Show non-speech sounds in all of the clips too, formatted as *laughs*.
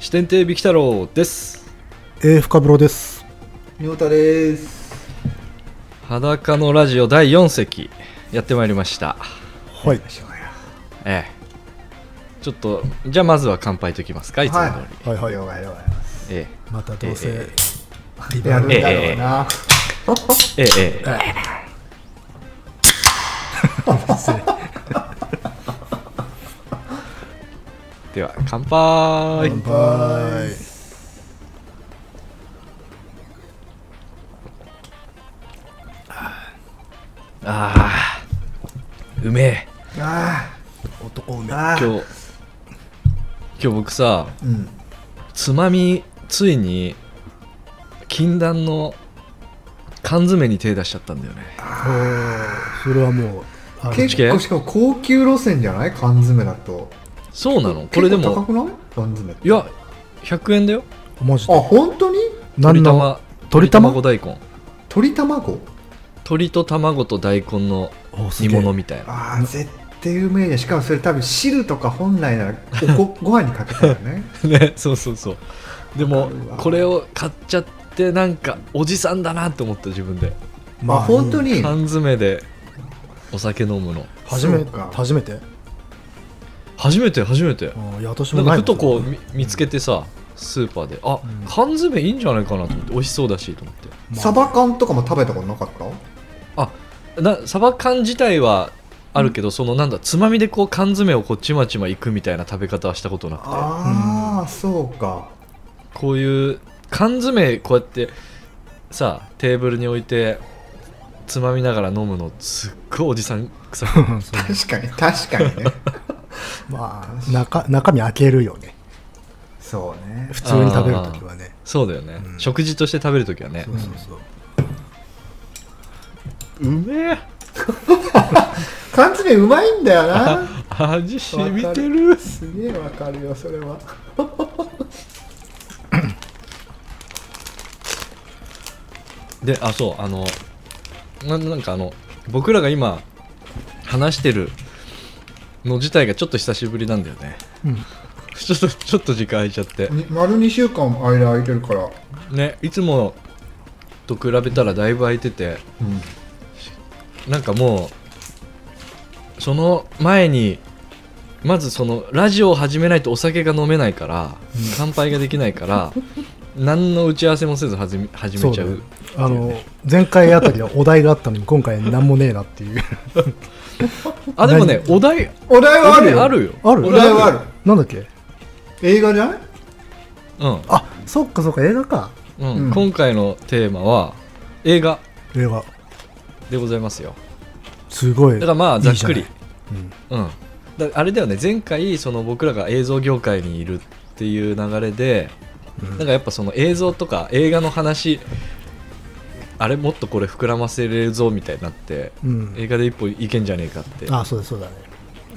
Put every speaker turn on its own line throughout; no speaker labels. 視点亭美紀太郎です
えー、深風呂です。
みょうたです。
裸のラジオ第4席やってまいりました
はい。
ええちょっとじゃあまずは乾杯ときますかいつも通り、
はい
はいは
はいい、。おはようございます。
ええ
またどうせ、
え
リバ
や
ウ
る
ン
ん
ド
え
だろうな。
ええええ *laughs* では乾杯
乾杯。
あーうめえ
あ
男梅。
あ、あ
今
あ。
日今日僕さ
うん。
つまみついに禁断の缶詰に手出しちゃったんだよね
おーそれはもう、あの
結構しかも高級路線じゃない缶詰だと。
そうなのこれで
結構高
も
くない缶詰って
いや100円だよ
マジ
あ、
で。
本当に
何の
鶏
鶏
玉
玉
鶏大根
鶏卵
鶏と卵と大根の
おす
煮
げえ
物みたいな
ああ、絶対うめえね。しかもそれ多分汁とか本来ならお *laughs* ごご飯にかけたよね。
*laughs* ねそうそうそうでも
わかるわ
これを買っちゃってなんかおじさんだなって思った自分で
まあ本当。に。
缶詰でお酒飲むの
初め
そう
て、
か
初めて。
初めて初めて
うんいや、私
な
も
ん
ない
かふ
もん
とこうみ見つけてさスーパーであ、
うん
缶詰いいんじゃないかなと思って美味しそうだしと思って
まあ
サバ缶とかも食べたことなかった
なサバ缶自体はあるけど、そのなんだつまみでこう缶詰をこうちまちまいくみたいな食べ方はしたことなくて
ああ、そうか。
こういう缶詰こうやってさテーブルに置いてつまみながら飲むのすっごいおじさん
*laughs*
くさ
うんそう
確かに、確かにね。 *laughs*
まあ、中、中身開けるよね。
そうね。
普通に食べるときはね。
そうだよね、
うん
食事として食べるときはね
そうそうそう。
うめえ
缶詰うまいんだよな。
味染みてる
*laughs* すげえわかるよそれは
であそうあのななんかあの僕らが今話してるの自体がちょっと久しぶりなんだよね
うん
*laughs* ちょっとちょっと時間空いちゃって
丸2週間間空いてるから、
ねいつもと比べたらだいぶ空いててなんかもうその前にまずそのラジオを始めないとお酒が飲めないから、乾杯ができないから何の打ち合わせもせず始め始めちゃ
そううだねあの、前回あたりはお題があったのに、今回何もねえなっていう。
あでもねお題
お題
お
はある
題
よ
あるよ
ある
お題はある
なんだっけ
映画じゃない
うん
あ、そっかそっか、映画か。
うん
うん
今回のテーマは映画
映画。
でございますよ
すごい。
だからまあざっくり
いいじゃないうん
うんだあれだよね前回その僕らが映像業界にいるっていう流れで、なんかやっぱその映像とか映画の話あれもっとこれ膨らませれるぞみたいになって、
うん
映画で一歩いけんじゃねえかって
あそうだそうだね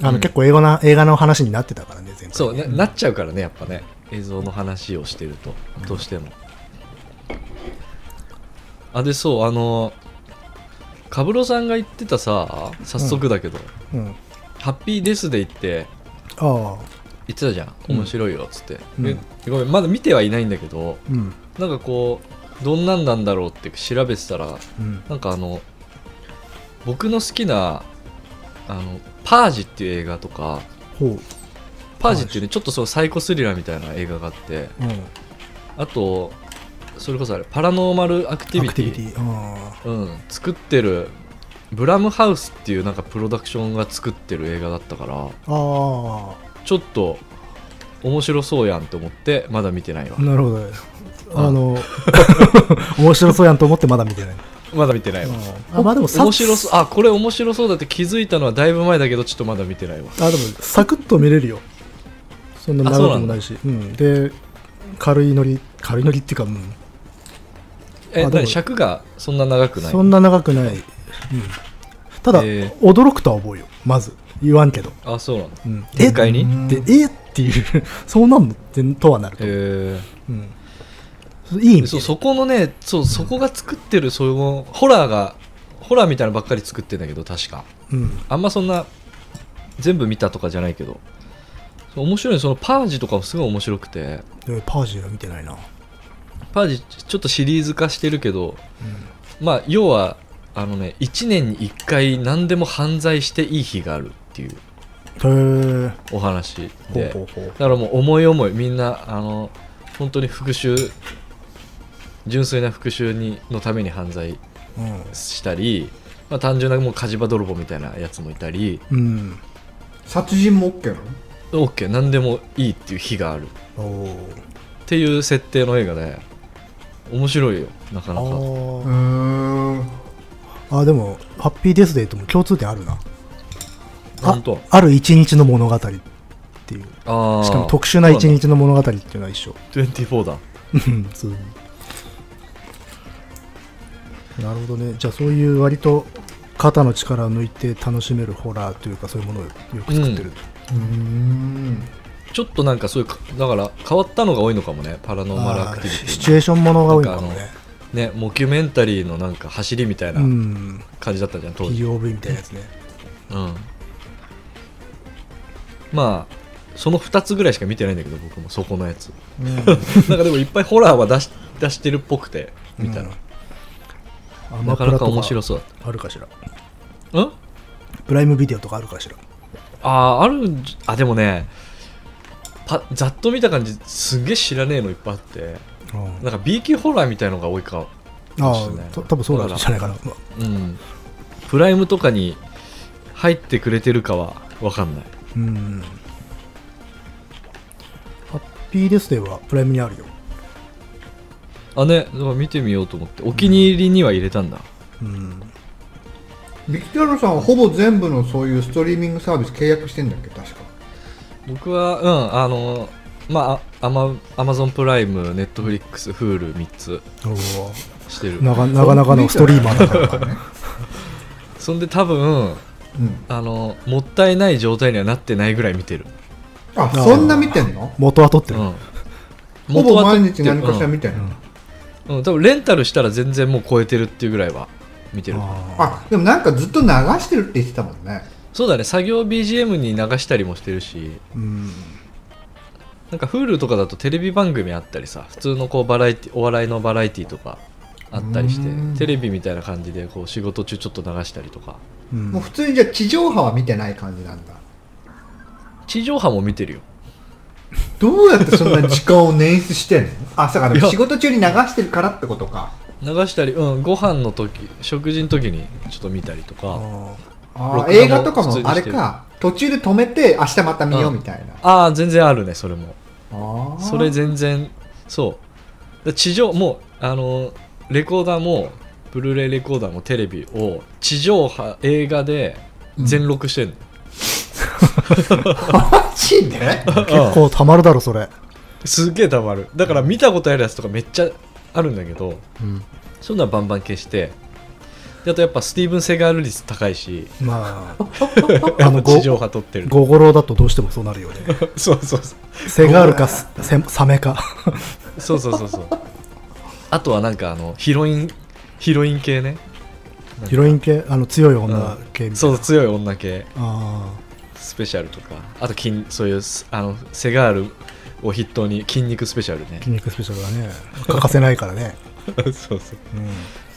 あの、
うん
結構英語な映画の話になってたからね前回
そうななっちゃうからねやっぱね映像の話をしてるとどうしても、あでそうあのカブロさんが言ってたさ早速だけど、
うん、あ
ハッピーデスデイって
あ
言ってたじゃん
うん
面白いよっつって、
うん
えごめんまだ見てはいないんだけど
うん
なんかこうどんなんなんだろうって調べてたら
うん
なんかあの僕の好きなあのパージっていう映画とか
ほう
パージっていうねちょっとそのサイコスリラーみたいな映画があって
うん
あとそれこそあれパラノーマルアクティビティ
ィあ
うん、作ってるブラムハウスっていうなんかプロダクションが作ってる映画だったから
ああ
ちょっと面白そうやんって思ってまだ見てないわ
あなるほどねあの *laughs* 面白そうやんと思ってまだ見てない
まだ見てないわ
あまあでもさ
面白そうあこれ面白そうだって気づいたのはだいぶ前だけどちょっとまだ見てないわ
あでもサクッと見れるよそんな長くもないしう、ん、で軽いノリ軽いノリっていうか、うん、
え
あでも
何尺がそんな長くない
そんな長くない、うん、ただ、
えー
驚くとは思うよまず言わんけど、
あそうなんだ
うん、
展開に
でえっていう *laughs* そうなんのってとはなると、
え
うん、いい意味
ー、
で
そうそこのねそうそこが作ってるそのホラーがホラーみたいなのばっかり作ってんだけど確か
うん
あんまそんな全部見たとかじゃないけど面白いそのパージとかもすごい面白くて
えパージは見てないな、
パージちょっとシリーズ化してるけどまあ要はあのね1年に1回何でも犯罪していい日があるっていう
うん、へえ
お話
ほ
で
うほうほう
だからもう思い思いみんなあの本当に復讐純粋な復讐にのために犯罪
うん
したり、まあ、単純なもう火事場泥棒みたいなやつもいたり
うん
殺人も OK なの
OK 何でもいいっていう日があるっ
おお
ていう設定の映画で面白いよなかなか
う
あ
ーん
ーあでもハッピーデスデーとも共通点あるな
本当
ある一日の物語っていう
ああ
しかも特殊な一日の物語っていうのは一緒
24だ
うんそうなるほどねじゃあそういう割と肩の力を抜いて楽しめるホラーというかそういうものをよく作ってる、
うーん
ちょっとなんかそういうかだから変わったのが多いのかもねパラノーマルア
あ
ク
ー
ティビティ
シチュエーションものが多いのかも
なん
ね
ねモキュメンタリーのなんか走りみたいうなん感じだったじゃん当時、
POV みたいなやつね
うん、まあその2つぐらいしか見てないんだけど僕もそこの
*laughs*
やつなんかでもいっぱいホラーは出し出してるっぽくて見たら、
アマ
な
プ
か
ラ
な
と
か面白そう
あるかしら
だん
プライムビデオとかあるかしら
あーあるんじあでもねパざっと見た感じすげえ知らねえのいっぱいあってなんか B 級ホラーみたいのが多いか
あ
そうですね
あと多分そうなんじゃないかな
うんプライムとかに入ってくれてるかは分かんない
うんハッピーデスデーはプライムにあるよ、
あねだから見てみようと思ってお気に入りには入れたんだ、
うん、
ビキタロさんはほぼ全部のそういうストリーミングサービス契約してんだっけ確か
僕はうんあのまあアマアマゾンプライムネットフリックス Hulu3 つ
おー
してる
なかなかなかのストリーマーだから
らね、
そんで多分
うん、
あのもったいない状態にはなってないぐらい見てる、
あそんな見てんの
元は取って
う
る、
ん、
*laughs* ほぼ毎
元
日
は
何かしら見てんの、
うん、うん多分レンタルしたら全然もう超えてるっていうぐらいは見てる
あ
あでもなんかずっと流してるって言ってたもんね
そうだね作業 BGM に流したりもしてるし
ーうん
なんか Hulu とかだとテレビ番組あったりさ普通のこうバラエティお笑いのバラエティとかあったりして
うん
テレビみたいな感じでこう仕事中ちょっと流したりとか
うん
もう普通にじゃあ地上波は見てない感じなんだ
地上波も見てるよ
どうやってそんな時間を捻出してん
*laughs*
のあそうかで
い
も
や
仕事中に流してるからってことか
流したりうんご飯の時食事の時にちょっと見たりと
あ
か
ー
あ
録画
ー
も
映画とか
普通に
も
し
あ
て
れ
る
か途中で止めて明日また見ようみたいな、
ああ全然あるねそれも
あー
それ全然そうだ地上もうあのレコーダーもブルーレイレコーダーもテレビを地上波映画で全録してんの、
マジ
*laughs*
で
結構たまるだろそれ、
すっげえたまるだから見たことあるやつとかめっちゃあるんだけどそういうのはバンバン消してであとやっぱスティーブン・セガール率高いし
まああ
あの
の
地上波撮ってる
ゴゴロだとどうしてもそうなるよ
*laughs*
ね
そうそうそう
セガールかスセサメか
そうそうそうそうあとはなんかあのヒロインヒロイン系ね
ヒロイン系あの強い女系みたいな、
そう強い女系
あ
スペシャルとかあと筋そういうすあのセガールを筆頭に筋肉スペシャル
あ
ね
筋肉スペシャルはね欠かせないからね、
*laughs* そうそ
う
う
ん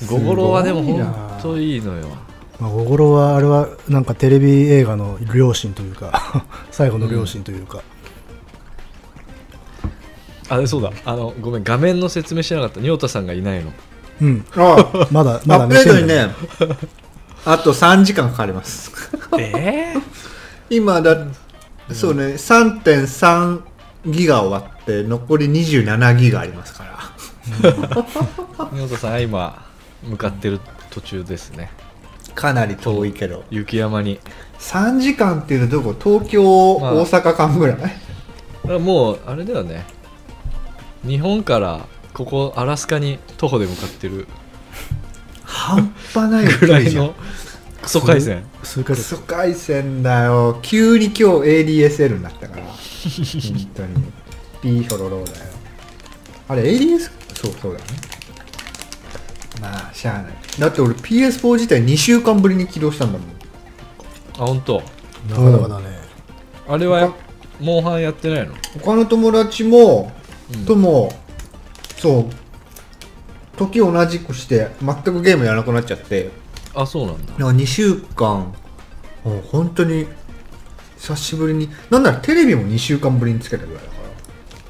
ゴゴロはでも
すごいな
ほんといいのよ
まあ、ゴゴロはあれはなんかテレビ映画の両親というか *laughs* 最後の両親というか、
あそうだあのごめん画面の説明してなかった仁太さんがいないの
うん
あ
まだま
ア
だ
ップデート
ない
にねあと3時間かかります
ええ
今だ、そうね3.3ギガ終わって残り27ギガありますから
仁太さんは今向かってる途中ですね
かなり遠いけど
雪山に
3時間っていうとどこ東京、
まあ
大阪間ぐらい
だからもうあれだよね日本からここアラスカに徒歩で向かってる
半端ない
ぐらいのクソ回線
数ヶ
ク
月
ソ回線だよ急に今日 ADSL になったから本当にピーホロローだよあれ ADS? そうそうだねまあしゃあないだって俺 PS4 自体2週間ぶりに起動したんだもん
あ本当
なかなかだね、
あれはモンハンやってないの
他の友達も、
うん
ともそう時を同じくして全くゲームやらなくなっちゃって
あそうなんだ
なんか2週間もう本当に久しぶりになんならテレビも2週間ぶりにつけたぐらい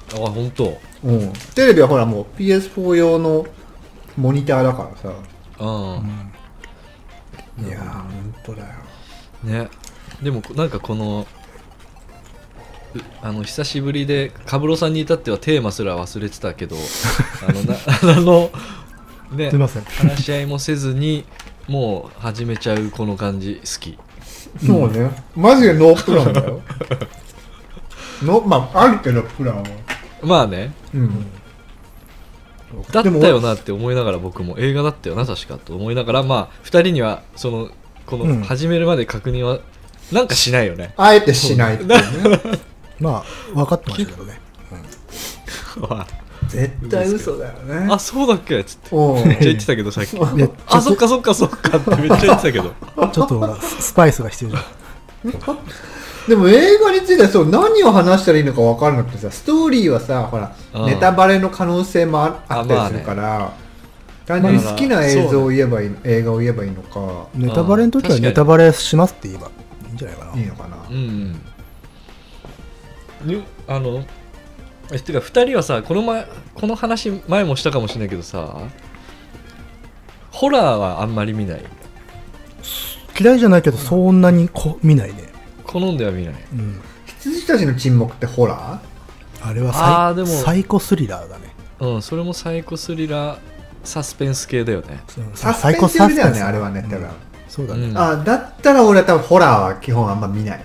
だから
あ本当
うん、テレビはほらもう PS4 用のモニターだからさ
あ
いやー本当だよ
あねでもこなんかこのうあの久しぶりでカブロさんに至ってはテーマすら忘れてたけ
*laughs*
どあのな *laughs* あのね
すいません。
話し合いもせずにもう始めちゃうこの感じ好き
そうね、マジでノープランだよのまああるけどプランは
まあね
うん
だった
でも
よなって思いながら僕も映画だったよな確かと思いながらまあ2人にはそのこ
う
の
ん
始めるまで確認はなんかしないよね *laughs*
あえてしないっていうね
まあ、分かってましたけどね。
絶対嘘だよね
あそうだっけっつって
おう
めっちゃ言ってたけどさっき
いやち
あそっかそっかそっかってめっちゃ言ってたけど
ょちょっとほら、ススパイスが必
*laughs*
要じゃん。
でも映画についてはそう何を話したらいいのか分からなくてさストーリーはさほら
うん
ネタバレの可能性もああったりするから単純に好きな映像を言えばいい映画を言えばいいのか。
ネタバレの時
確
は
かに
ネタバレしますって言えばいいんじゃないかない
いのかな
*laughs* うん、うんに、あのえてか2人はさこの前この話前もしたかもしれないけどさホラーはあんまり見ない
嫌いじゃないけど、そんなにこ見ないね。
好んでは見ない
うん。
羊たちの沈黙ってホラー
あれはサ
あーで
イ
も
サイコスリラーだね。
うんそれもサイコスリラーサスペンス系だよね
うん
サ
サイコ
スペンスだよ
サスペ
ね
ンス
あれはね
うん
多分
そうだ
う
ね
ん。
あだったら俺は多分ホラーは基本あんま見ない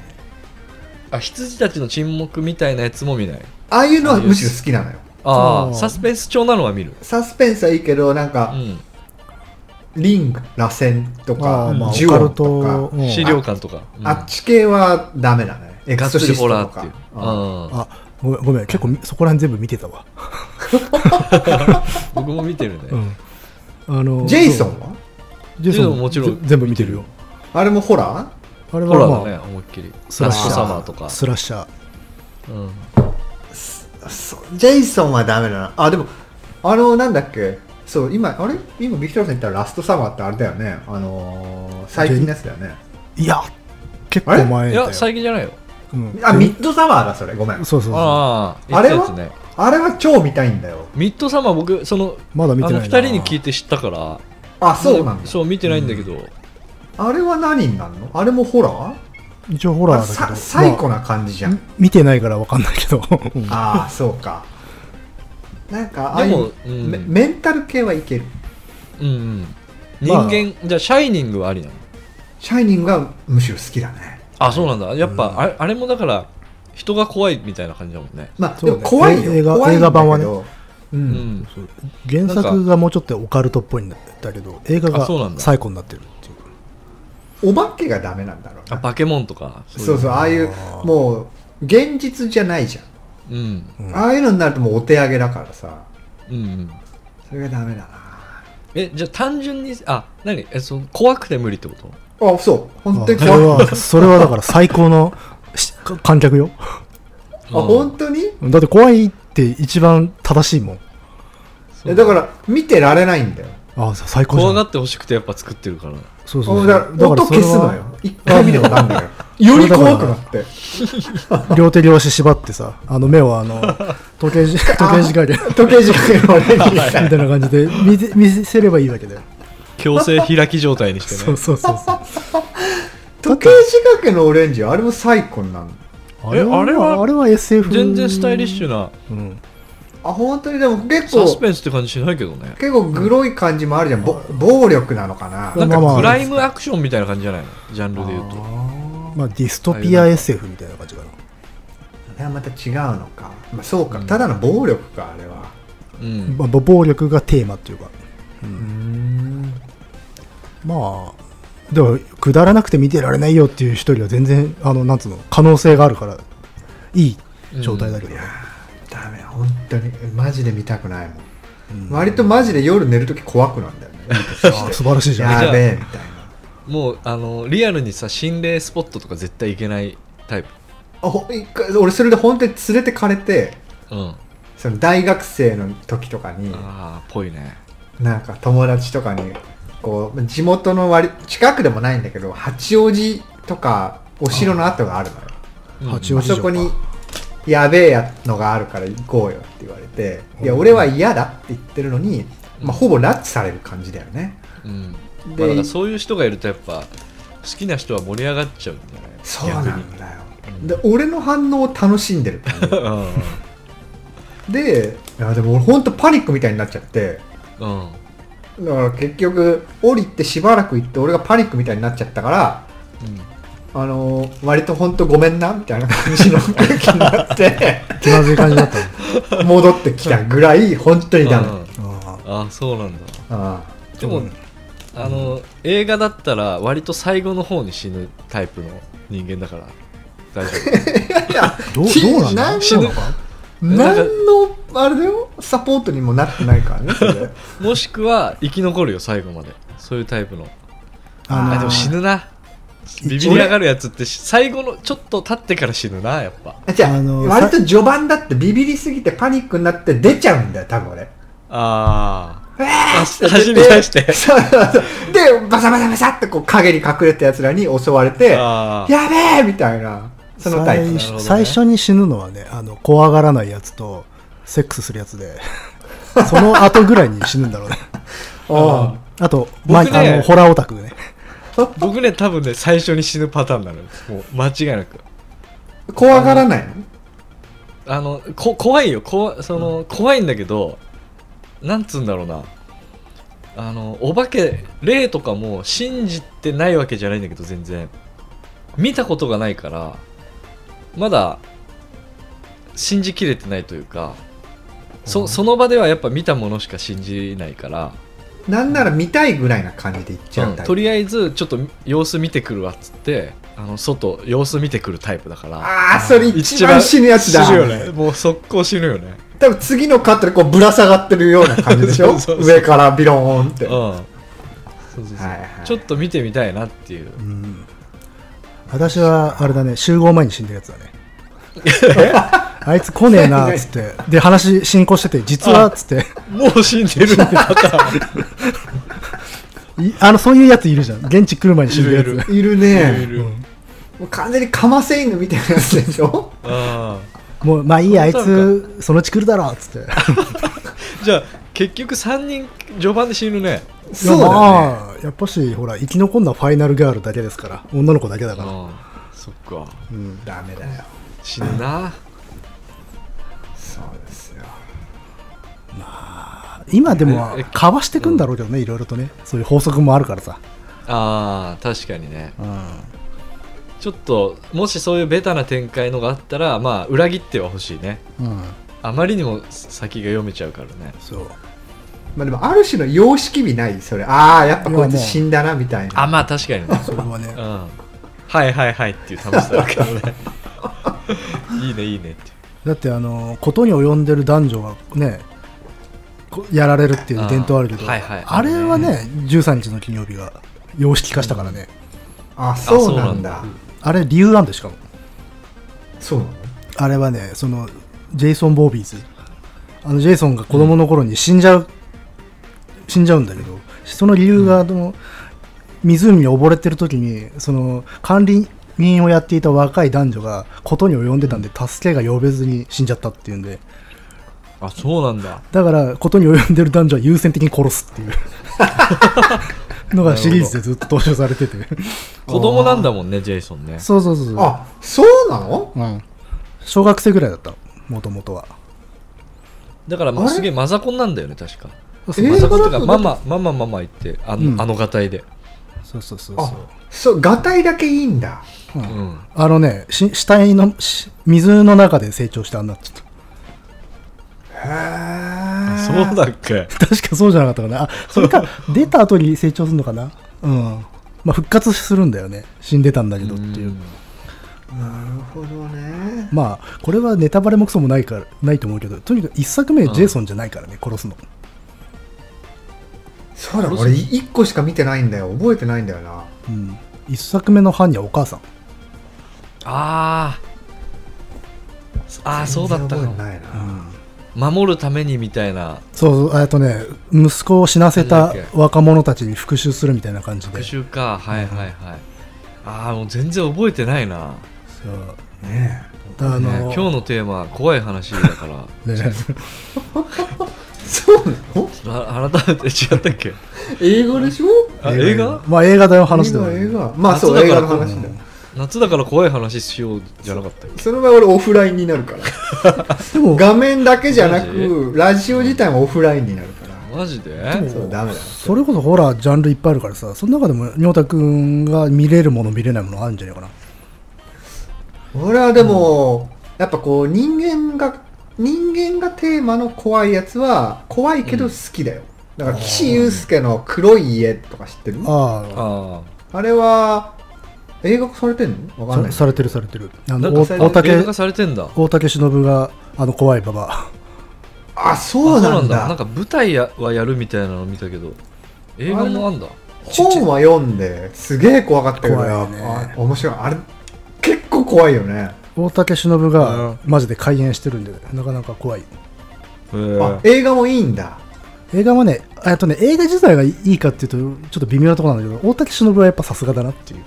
あ羊たちの沈黙みたいなやつも見ない
ああいうのはむしろ好きなのよ
あ
あ
あ
ー
サスペンス調なのは見る
サスペンスはいいけどなん
う
か
ん
リング螺旋と
ま
か
あ、まあ、オ
ジュ
カ
オ
ル
ンとか
ト、うん
資料館とかうん
あっち系はダメだねエ
がっ
クソ
つ
シ
り
ス
ホラーっ
トとか
ていう
うん
うん
あ、ごめん、ごめん、結構みそこら辺全部見てたわ。
僕も見てるね、
うん。あの、
ジェイソンは
そうジェイソン
ジェイソンもちろん
ぜ全部見てるよ。
あれもホラ
あれ
ホラ
は、
ーだ
ま
ね
あ、
思いっきり
ス
ラ
ラ
ッ
ッ
シ
シャ
ュ
ー
サマーとか、
スラッシャー。
うん、
ーそジェイソンはダメだなあでもあのなんだっけそう今あれ今ビクトルさん言ったらラストサマーってあれだよねあのー、最近のやつだよね
いや、結構前
い
だよ。
や最近じゃないよ
うん
あミッドサマーだそれごめん
そうそうそう。
ああ
あれは
言ってたやつね
あれは超見たいんだよ
ミッドサマー僕その
まだ見
あ
て
の
ない
2
な。
人に聞いて知ったから
あそうなんだ
そう見てないんだけど、
あれは何になるのあれもホラー
一応ホラーだけど。
さサイコ
ま
な感じじ
あ
ゃん、
み見てないからわかんないけ
*laughs*
ど。うん
ああそうかなんかああい
で
う
も、うん
メメンタル系はいける
うんうん人
まあ
間、じゃあシャイニングはありなの
シャイニングがむしろ好きだね
あそうなんだやっぱ、
うん
あれあれもだから人が怖いみたいな感じだもんね
まあ、
そう
で
ね
も怖いよ
映画
怖いんだ
映画版はね
けどう
うん、
ん、
そう原作がもうちょっとオカルトっぽいんだけど、映画
あ
が
そうなんだ
サイコになってるっていう。
お化けがダメなんだろう
あ
な
バケモンとか
そうそう
う
ああいうもう現実じゃないじゃん、
いううん
うん
ああいうのになるともうお手上げだからさ
うんうん
それがダメだな
えじゃあ単純にあ何えその怖くて無理ってこと
あそう本当
あ
に
それ
怖い
は、それはだから最高のしか観客よ。
あ本当に
だって怖いって一番正しいもん。
えだから見てられないんだよ
あ、さ最高じゃ
怖
ん。
がってほしくてやっぱ作ってるから
そうそうそう。
だから音消す
それは
のよ一回見てもダメだよより怖くなって
両手両足縛ってさ、あの目を
*laughs*
あの、時計じ、時計仕掛け、
時計時間の俺
*laughs*
に
みたいな感じで見せ見せればいいわけだよ。
強制開き状態にして
そ
ね
う *laughs* そうそうそう。
時計仕掛けのオレンジあれもサイコンなんだ
えあれは
あれは SF。
全然スタイリッシュな
うん。
あ本当にでも結
サス
構
ペンスって感じしないけどね
結構グロい感じもあるじゃん、ぼ暴力なのかな
なん
まあま
か
あ
クライムアクションみたいな感じじゃないのジャンルで言うと
まあディストピア SF みたいな感じかな。
あれはまた違うのか、まあ、そうか、ただの暴力かあれは
うん
まあ、ぼ暴力がテーマっていうか。
うん
まあ、でも、くだらなくて見てられないよっていう人よりは全然、あの、なんつうの、可能性があるから、いい状態だけどね。
ダメ本当にマジで見たくないもん、割とマジで夜寝るとき怖くなんだよね
あ素晴らしいじゃん。
やべえみたいな
もうあのリアルにさ心霊スポットとか絶対行けないタイプ
あほ一回俺それで本当に連れてかれて
うんあ
その大学生の時とかに
あーぽいね
なんか友達とかにこう地元の割近くでもないんだけど八王子とかお城の跡があるのよ
八王
うん
子
あそこにやべえやのがあるから行こうよって言われていや俺は嫌だって言ってるのに、まあ、ほぼ拉致される感じだよね
うん
で
まあ、だからそういう人がいるとやっぱ好きな人は盛り上がっちゃうんじゃない
そうなんだよで俺の反応を楽しんでる感じでいやでも俺ほんとパニックみたいになっちゃって
うん、うん
だから結局降りてしばらく行って俺がパニックみたいになっちゃったからあのー割とほんとごめんなみたいな感じの *laughs* 空気になって
気まずい感じだ
*laughs*
ったの
戻ってきたぐらい本当にダメ、
うん
あ
あそうなんだ
あ
でも、
うん
あの映画だったら割と最後の方に死ぬタイプの人間だから大丈
あどうどうなんだ
なん
死ぬなんか
何のあれだよサポートにもなってないからねそ
*laughs*
れ
夫もしくは生き残るよ最後までそういうタイプの
あ
あ
の
でも死ぬな
一応
ビビり上がるやつってし最後のちょっと経ってから死ぬなやっぱ
じゃあ、
あの
割と序盤だってビビりすぎてパニックになって出ちゃうんだよ多
*laughs*
分俺
あ
うわ
ー走り出して
でそうそうそうでバサバサバサってこう影に隠れたやつらに襲われてや
あー
べえみたいなそのタイプ
最
なるほどね
最初に死ぬのはねあの怖がらないやつ
*laughs*
とセックスするやつでその後ぐらいに死ぬんだろうね
あ
あと、ま
僕ね
あのホラーオタクね
僕ね多分ね最初に死ぬパターンになるもう間違いなく
あ怖がらないの
あのこ怖いよこその、怖いんだけどなんつうんだろうなあのお化け霊とかも信じてないわけじゃないんだけど全然見たことがないからまだ信じきれてないというかそその場ではやっぱ見たものしか信じないから、
なんなら見たいぐらいな感じで行っちゃう
うん
タイプ、
とりあえずちょっと様子見てくるわっつってあの外様子見てくるタイプだから
ああそれ一番死ぬやつだ
死ぬよねもう速攻死ぬよね
多分次のカットでこうぶら下がってるような感じでし
*laughs* そ
ょ
うそうそう
上からビローンって、
うんそうそうそう
はいはい
ちょっと見てみたいなっていう
うん私はあれだね集合前に死んでるやつだねあいつ来ねえなっつってで話進行してて実はっつって
もう死んでるんだ
いあのそういうやついるじゃん現地来る前に死んでるやつ
いるい
いる
い
ね
る
もう完全にカマセイヌみたいなやつでしょ
あ
もうまあいいやあい
そう
つそのうち来るだろっつって
ーじゃあ結局3人序盤で死ぬね
そう
いや
だね
まあやっぱしほら生き残るのはファイナルガールだけですから女の子だけだから、
あーそっか
うん
ダメだよ
死ぬな
そうですよ
今でも
ええ
かわしてくんだろうけどねいろいろとねそういう法則もあるからさ、
あー確かにね
うん、
ちょっともしそういうベタな展開のがあったらまあ裏切ってはほしいね
うん、
あまりにも先が読めちゃうからね
そう
まあでもある種の様式美ないそれああやっぱこいつ死んだなみたい
あ
な
まあ確かにね
それはね
うんはいはいはいっていう楽しさだけどね *laughs* いいねいいねっていう
だってあのことに及んでる男女がねこやられるっていう伝統あるけど
あーはいはい
あれはね13日の金曜日が様式化したからね、
あそうなんだ
あれ理由なんでしかも
そうなの
あれはねそのジェイソン・ボービーズあのジェイソンが子供の頃に死んじゃう、死んじゃうんだけどその理由が、あの湖に溺れてる時にその管理人をやっていた若い男女がことに及んでたんで助けが呼べずに死んじゃったっていうんで
あそうなんだ
だからことに及んでる男女は優先的に殺すって *laughs* いうのがシリーズでずっと登場されてて
子供なんだもんねジェイソンね
そうそうそうそう
あそうなの
うん、小学生ぐらいだったもともとは
だからも
あ
う
れ
すげえマザコンなんだよね確か
え
マ
ー
ザコン
だ
と
と
かママママママ言ってあの,、
うん
あのがたいで
そうそうそうそう
あそうがたいだけいいんだ
う
うん
ん
あのね、し死体のし水の中で成長してあんなっちゃっ
へ
そ
え
うだっけ
た。 *laughs* 確かそうじゃなかったかな。あ、それ *laughs* か、出た後に成長するのかな。うん。まあ、復活するんだよね。死んでたんだけどっていう。
うん
なるほどね
まあ、これはネタバレもクソもないから、ないと思うけど、とにかく一作目、ジェイソンじゃないからね、殺すの。
そうだ俺1個しか見てないんだよ覚えてないんだよな
うん。一作目の犯人はお母さん。
ああああそうだったか
全然
も
覚えてないな、
守るためにみたいな
そうそうえっとね息子を死なせ
なんだ
た
っけ
若者たちに復讐するみたいな感じで
復
そ
習かはいはいはい、ああもう全然覚えてないな、
う
ね
だあの、
ね今日のテーマ怖い話だから *laughs*
ね
えそうなの
あ改めて違ったっけ
英語でしょ
あ映画
まあ映画だよ話では
今映画まあそう
夏
映
だから
画の話だよ
夏だから怖い話しようじゃなかったっけ
その場合俺オフラインになるから
でも
画面だけじゃなくラジオ自体もオフラインになるから
マジで
そうダメだ
それこそホラージャンルいっぱいあるからさその中でも仁太君が見れるもの見れないものあるんじゃないかな
俺はでも、やっぱこう人間が人間がテーマの怖いやつは怖いけど好きだよ、だから岸優介の「黒い家」とか知ってるあ
あ
あ
れは映画化されてんの
あ
わかんない
さされてるされてるあ
あ
の
なん
お
か
大
さ映画
竹
化されてんだ
大竹しのぶがあの怖いババ
あそうなん
あ
だ
なんか舞台やはやるみたいなの見たけど映画もあんだ
本は読んですげえ怖かったけど
怖いよね
あ面白いあれ結構怖いよね、
ア大竹しのぶ
う
が
ん
マジで開演してるんでなかなか怖い
へ
あ
ー
映画もいいんだ
映画はねあえっとね映画自体がいいかっていうとちょっと微妙なところなんだけど大竹しのぶはやっぱさすがだなっていう
へ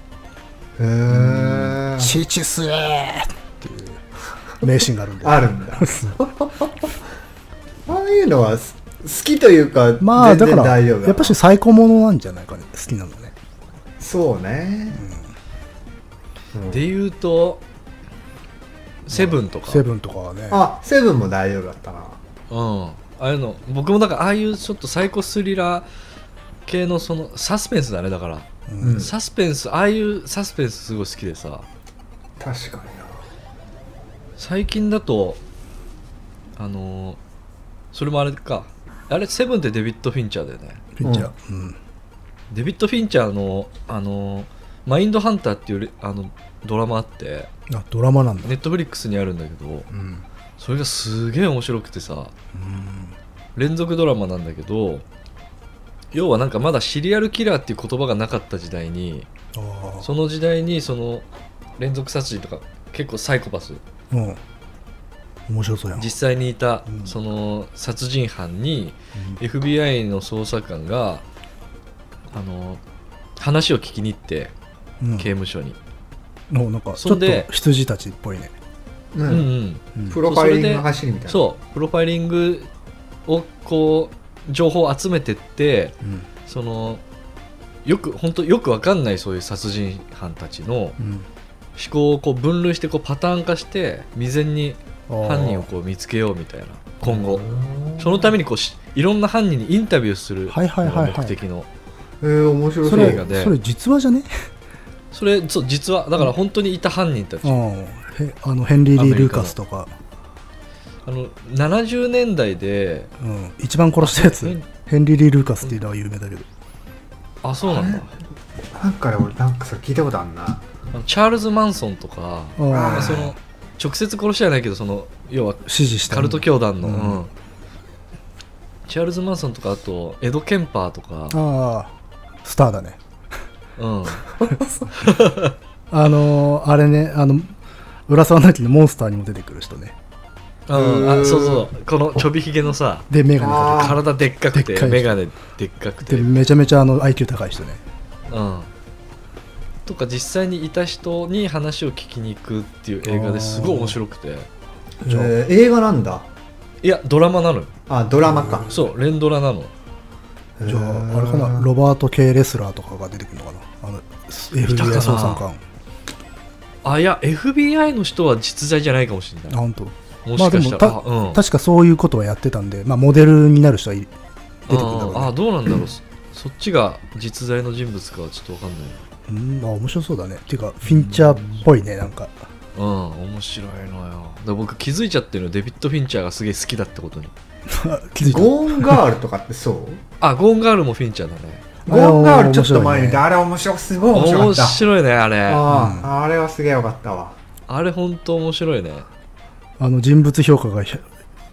え
チチスエーっていう名シーンがあるんで
あるんだああいうのはす好きというか
*laughs* まあ
全
だか
然
ら
大丈夫だ
やっぱし最高ものなんじゃないかね好きなのね
そうね、うん
で言うとセブンとか
セブンとかはね
あセブンも大丈夫だったな
うん、ああいうの僕もなんかああいうちょっとサイコスリラー系のそのサスペンスだねだから、
うん
うん
サスペンスああいうサスペンスすごい好きでさ
確かにな
最近だとあのーそれもあれかあれセブンってデビッド・フィンチャーだよね
ピッチャーうん
デビッド・フィンチャーのあのーマインドハンターっていうレあのドラマあって
あドラマなんだ
ネットフリックスにあるんだけど
うん
それがすげえ面白くてさ
うん
連続ドラマなんだけど要はなんかまだシリアルキラーっていう言葉がなかった時代に
ああ
その時代にその連続殺人とか結構サイコパス
うん面白そうやん
実際にいた
うん
その殺人犯に FBI の捜査官があの話を聞きに行って
うん
刑務所に、
のなんかち
そ
ょっ
ん
と
で
羊たちっぽいね
う
うん
ん、
うん
プロファイリングの走りみたいな
そうプロファイリングをこう情報を集めてって
うん
そのよく本当よくわかんないそういう殺人犯たちの
うん
思考をこう分類してこうパターン化して未然に
あー
犯人をこう見つけようみたいな今後
うん
そのためにこうしいろんな犯人にインタビューする
はいはいはいはい
のが目的の
えー、面白
そ
そう
映
れ
画で
それ実話じゃね
それそう実はだから本当にいた犯人たち、
うんへあのヘンリー・リー・ルーカスとか
あの70年代で
うん一番殺したやつ
うん
ヘンリー・リー・ルーカスっていうのは有名だけど
あそうなんだ
なんかね俺なんかそれ聞いたことあんな
あのチャールズ・マンソンとか
あ
ー
その直接殺しじゃないけどその要は
支持した
カルト教団の、
うん
うんチャールズ・マンソンとかあとエド・ケンパーとか、
ああスターだね
うん、
あのーあれねあの浦沢直樹のモンスターにも出てくる人ね
うん
へー
あそうそうこのちょびひげのさ
で眼鏡か
あー
体でっかく
で
て
っかい人
眼鏡でっかく
け
て
てめちゃめちゃあの IQ 高い人ね
うんとか実際にいた人に話を聞きに行くっていう映画ですごい面白くて
え
じゃあ
ー映画なんだ
いやドラマなのよ
あドラマか、
そう連ドラなの
じゃ
へ
あ
ー
あれかなロバート系レスラーとかが出てくるのかなあの FBI
たかな
捜査官
あいや FBI の人は実在じゃないかもしれ
あ
ない
本当。
もしかしたら、
まあで
あうん
確かそういうことはやってたんで、まあ、モデルになる人はい出てくるんだろう
あーあー
ね
どうなんだろうそそっちが実在の人物かはちょっとわかんな
う
い
んあ面白そうだねっていうかフィンチャーっぽいねなんか
うん面白いのよだから僕気づいちゃってるのデビッド・フィンチャーがすげえ好きだってことに
気づいた
ゴーンガールとかってそう
*laughs*
あゴーンガールもフィンチャーだね
ゴーンガールちょっと
面白い
前
ね
にいたあれ面白いすごい面白か
面
った
白いねあれあ
あー、あれはすげえよかったわ
れ本当面白いね
あの人物評価がひゃ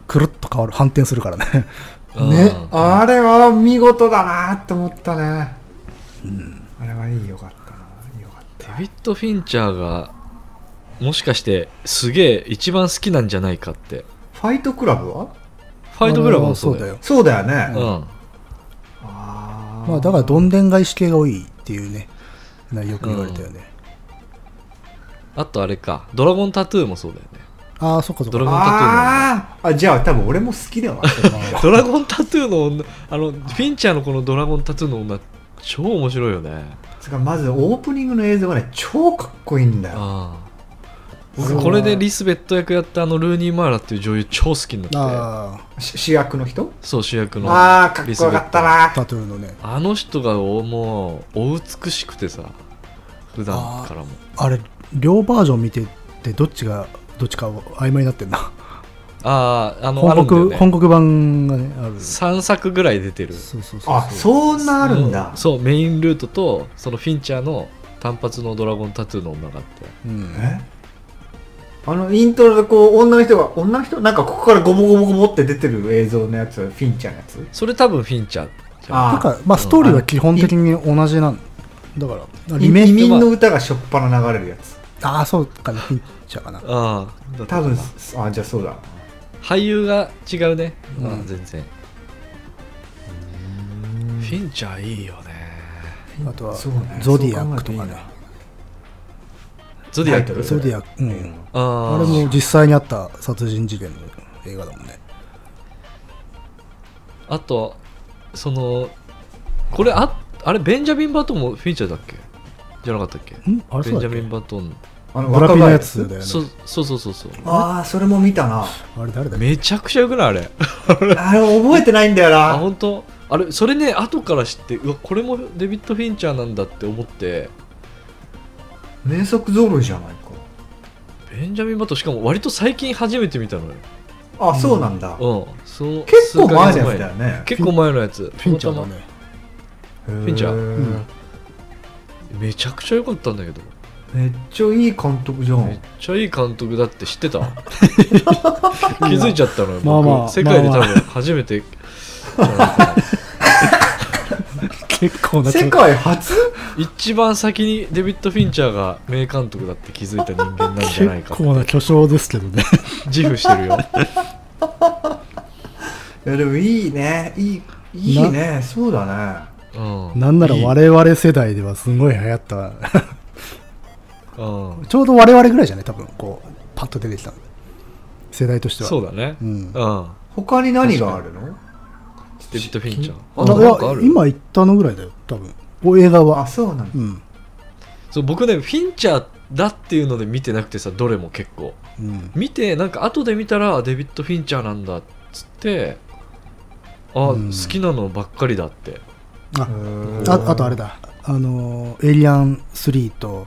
くるっと変わる反転するからね
うん
ね、あれは見事だなと思ったね、あれはいいよかったなよかっ
デビッド・フィンチャーがもしかしてすげえ一番好きなんじゃないかって
ファイトクラブは
ファイトクラブも
あ
そ
そうう
だ
だ
よ
よ。
そうだよね。
うん、
あー
まあだからどんでん返し系が多いっていうね、なよく言われたよね。
あとあれかドラゴンタトゥーもそうだよね
ああ、そっかそっ
ドラ
か。
ゴンタトゥーも
あーあじゃあ多分俺も好きだわ *laughs*
*laughs* ドラゴンタトゥーの女あのフィンチャーのこのドラゴンタトゥーの女超面白いよね
つうかまずオープニングの映像がね超かっこいいんだよ
ああ
すご
俺
い
これでリスベット役やったあのルーニー・マーラっていう女優超好きになって
あ
し主役の人
そう主役の
あーかっこよかった
あ、
な
タトゥーのね。
あの人がおもうお美しくてさ普段からも
あれ、両バージョン見てて、どっちが、どっちか曖昧になってんな。
あああのある
本
んだよ
国、
ね
本国版がね、ある。そ
3作ぐらい出てる
うそうそう。
あそんなあるんだ
うそうメインルートとそのフィンチャーの単発のドラゴンタトゥーの女があって
う。うん。
えあのイントロでこう女の人が女の人なんかここからゴボゴボゴボって出てる映像のやつフィンちゃんのやつ
それ多分フィンチャーじゃん
あ
なんか、まあ、ストーリーは基本的に同じなんだから、リメ
移
イク
民
は
の歌がしょっぱな流れるやつ
ああ、そうかな、ピッチャーかな。
ああだった
多
かな
分あじゃあそうだ
俳優が違うね、
うん
うん、全然フィンチャーいいよね
あとは、
そうね
ゾディアックとか
そう考えていい
ね。
な
ゾディアッ
タイト
ク
ル
ゾディアック、うん。
あ
あれ
あ
も実際にあった殺人事件の映画だもんね。
あとそのこれああれベンジャミン・バトンもフィンチャーだっけじゃなかったっけ
んあれ
ベ
そ
ン
うだ
ジ
っ
ャミ
け
ン・バトン、
あの
ブラ
若
ピ
林
の
の
やつ
やつ
だよね。
そそうそうそうそう
ああそれも見たな
あれ誰だっけ
めちゃくちゃよくないあれ
あれ覚えてないんだよ
あ
な
本当あれそれね後から知ってうわこれもデビッド・フィンチャーなんだって思って
名作揃いじゃないか
ベンジャミン・バトンしかも割と最近初めて見たのよ
あそうなん
う
だ
んその
結構前
数
の
ヶ月
やつだよね
結構前のやつ
フィンチャー
たま
だ
たま
ね。
フ
ィンチャー
うん
めちゃくちゃ良かったんだけど
めっちゃいい監督じゃん
めっちゃいい監督だって
*laughs*
知ってた気づいちゃったのよ、僕
まあまあ
世界で
まあ
多
まあ
分初めて、 *laughs* じゃないかな
結構な
世界初
一番先にデビッド・フィンチャーが名監督だって気づいた人間なんじゃない
結
か
構な巨匠ですけどね。
自負してるよ
いやでもいいねいいいいねそうだね
う
*laughs*
ん
なんなら我々世代ではすごい流行った。 *laughs*
うん
ちょうど我々ぐらいじゃない多分、こう、パッと出てきたの世代としては。
そうだね
う
うん、
ん。
他に何があるの
デビッド・フィンチャー
あ
あなんかあ
いや
る
今言ったのぐらいだよ、多分。お映画
あ
は。
そうな
う
んだ
ん。
そう僕ねフィンチャーだっていうので見てなくてさどれも結構
うん。
見てなんか後で見たらあデビッド・フィンチャーなんだっつってあ、
うん
好きなのばっかりだって
あ
へ、ー
ああとあれだあのーエイリアン3と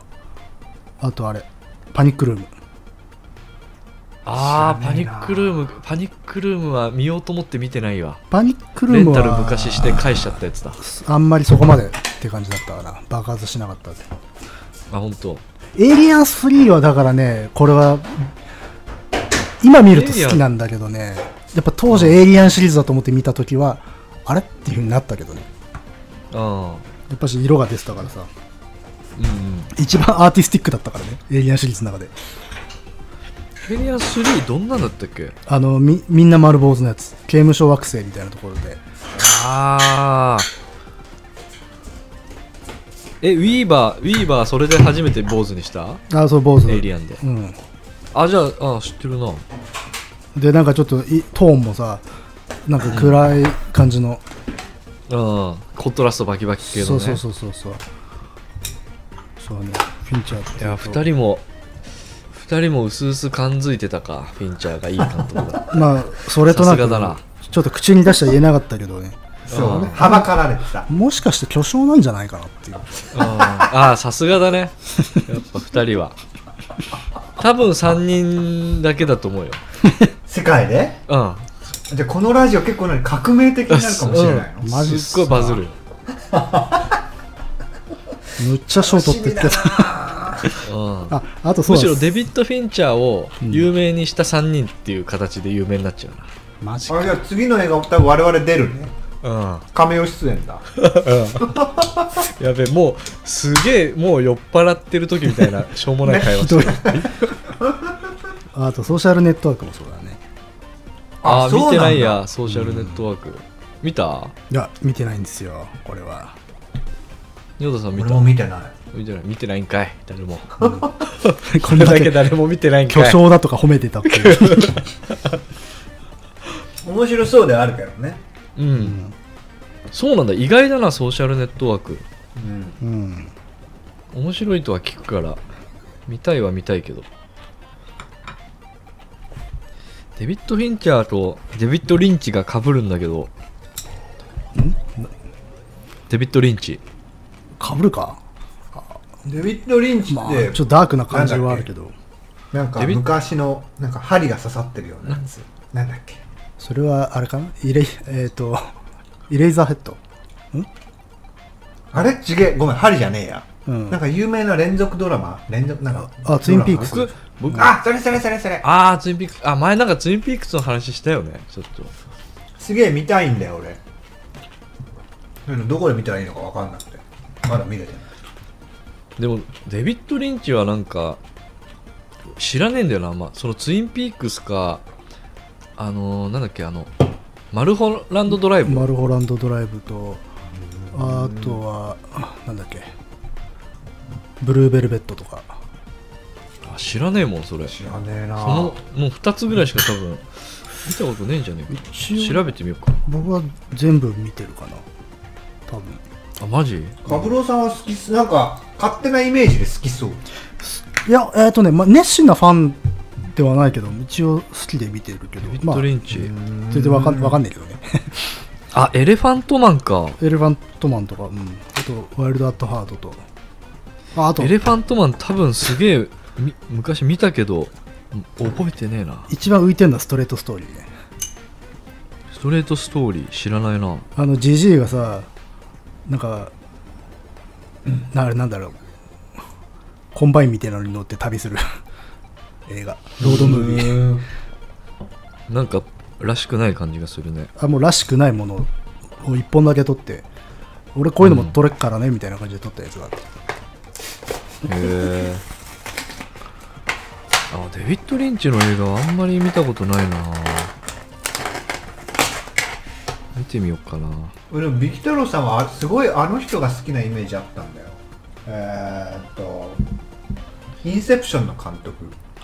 あとあれパニックルーム
あー
知ら
パ
ねえ
ニ
な
ックルームパニックルームは見ようと思って見てないわ
パニックル
レ
ー
ン
ム
タ
は
ル昔して返しちゃったやつだ
あんまりそこまでって感じだったかな爆発しなかったぜ
あ本当。
エイリアン3はだからねこれは今見ると好きなんだけどねやっぱ当時エイリアンシリーズだと思って見た時はあれっていう風になったけどね
あ
やっぱし色が出てたからさ
ーうん
一番アーティスティックだったからねエイリアンシリーズの中で
フェリアン3どんなんだったっけ
あのみみんな丸坊主のやつ刑務所惑星みたいなところで
ああえウィーバーウィーバーそれで初めて坊主にした
あそう坊主
エイリアンで
うん
あじゃああ知ってるな
でなんかちょっといトーンもさなんか暗い感じの、
うんコントラストバキバキ系のね
そうそうそうそうそうそうねフィンチャーって
いや2人も2人も薄々感づいてたかフィンチャーがいい監督だ
まあそれとな
さ
く
すがだな
ちょっと口に出しては言えなかったけどね
そう
あー
はばかられてさ
もしかして巨匠なんじゃないかなっていう
うんああさすがだねやっぱ2人は多分3人だけだと思うよ
世界で
うんあ
じゃあこのラジオ結構何革命的になるかもしれない *laughs* の
うん
マジっす
すっごいバズるよ、
むっちゃ賞取ってってさ
うん
ああとそう
む
だ
しろデビッド・フィンチャーを有名にした3人っていう形で有名になっちゃうな、
マジ
あじゃあ次の映画多分我々出るね
うん
亀尾出演だ
やべえもうすげえもう酔っ払ってる時みたいなしょうもない会話してる、
あとソーシャルネットワークもそうだね
*laughs* ああ
そ
見
うんだ
てないやソーシャルネットワーク、見た
いや見てないんですよこれは
ヨタさん見
俺
た
も見てない
見てない見てないんかい誰
*laughs*
も
こ
*laughs* こ
ん
れだ
だ
け
け
誰も見てないんか
巨
い
匠だとか褒めてたっていう
面白そうではあるけどね
うん、そうなんだ意外だなソーシャルネットワーク
うん
うん
面白いとは聞くから見たいは見たいけどデビッド・フィンチャーとデビッド・リンチが被るんだけどデビッド・リンチ
かぶるか
デビッド・リンチって、
まあちょっとダークな感じはあるけど
なんか
デビッ
昔のなんか針が刺さってるようなやつなんだっけ
それはあれかなイレイえっ、とイレイザーヘッド
あれちげえごめん針じゃねえや、
うん
なんか有名な連続ドラマ連続なんか
あツインピークス
ドラマ
僕
あそれそれそれそれ
ああツインピークスあ前なんかツインピークスの話したよねちょっと
すげえ見たいんだよ俺でもどこで見たらいいのか分かんなくてまだ見れてない
でもデビッド・リンチはなんか知らねえんだよな、あんまそのツインピークスかあのー、なんだっけあのマルホランドドライブ、
マルホランドドライブとあとはあなんだっけブルーベルベットとか
あ知らねえもんそれ
知らねえな
そのもう2つぐらいしか多分見たことねえんじゃねえか
一応
調べてみようか
僕は全部見てるかな多分
あマジ
カブロさんは好きすなんか勝手なイメージで好きそう
いやえっ、とね、まあ、熱心なファンではないけど一応好きで見てるけど
デビッ
まあ
ド・リンチ、
全然わかんわかんないけどね
あエレファントマンか
エレファントマンとか、うん、あとワイルドアットハートとああと
エレファントマン多分すげえみ昔見たけどうん覚えてねえな
一番浮いてるのはストレートストーリーね
ストレートストーリー知らないな
あのジジイがさなんかなあれなんだろうコンバインみたいなのに乗って旅する *laughs* 映画ロードムービー
ー
なんからしくない感じがするね
あもうらしくないものを一本だけ撮って俺こういうのも撮れっからねみたいな感じで撮ったやつがあって
へえあデビッド・リンチの映画はあんまり見たことないな見てみようかな
俺でもビキ太郎さんはあすごいあの人が好きなイメージあったんだよえー、っとインセプションの監督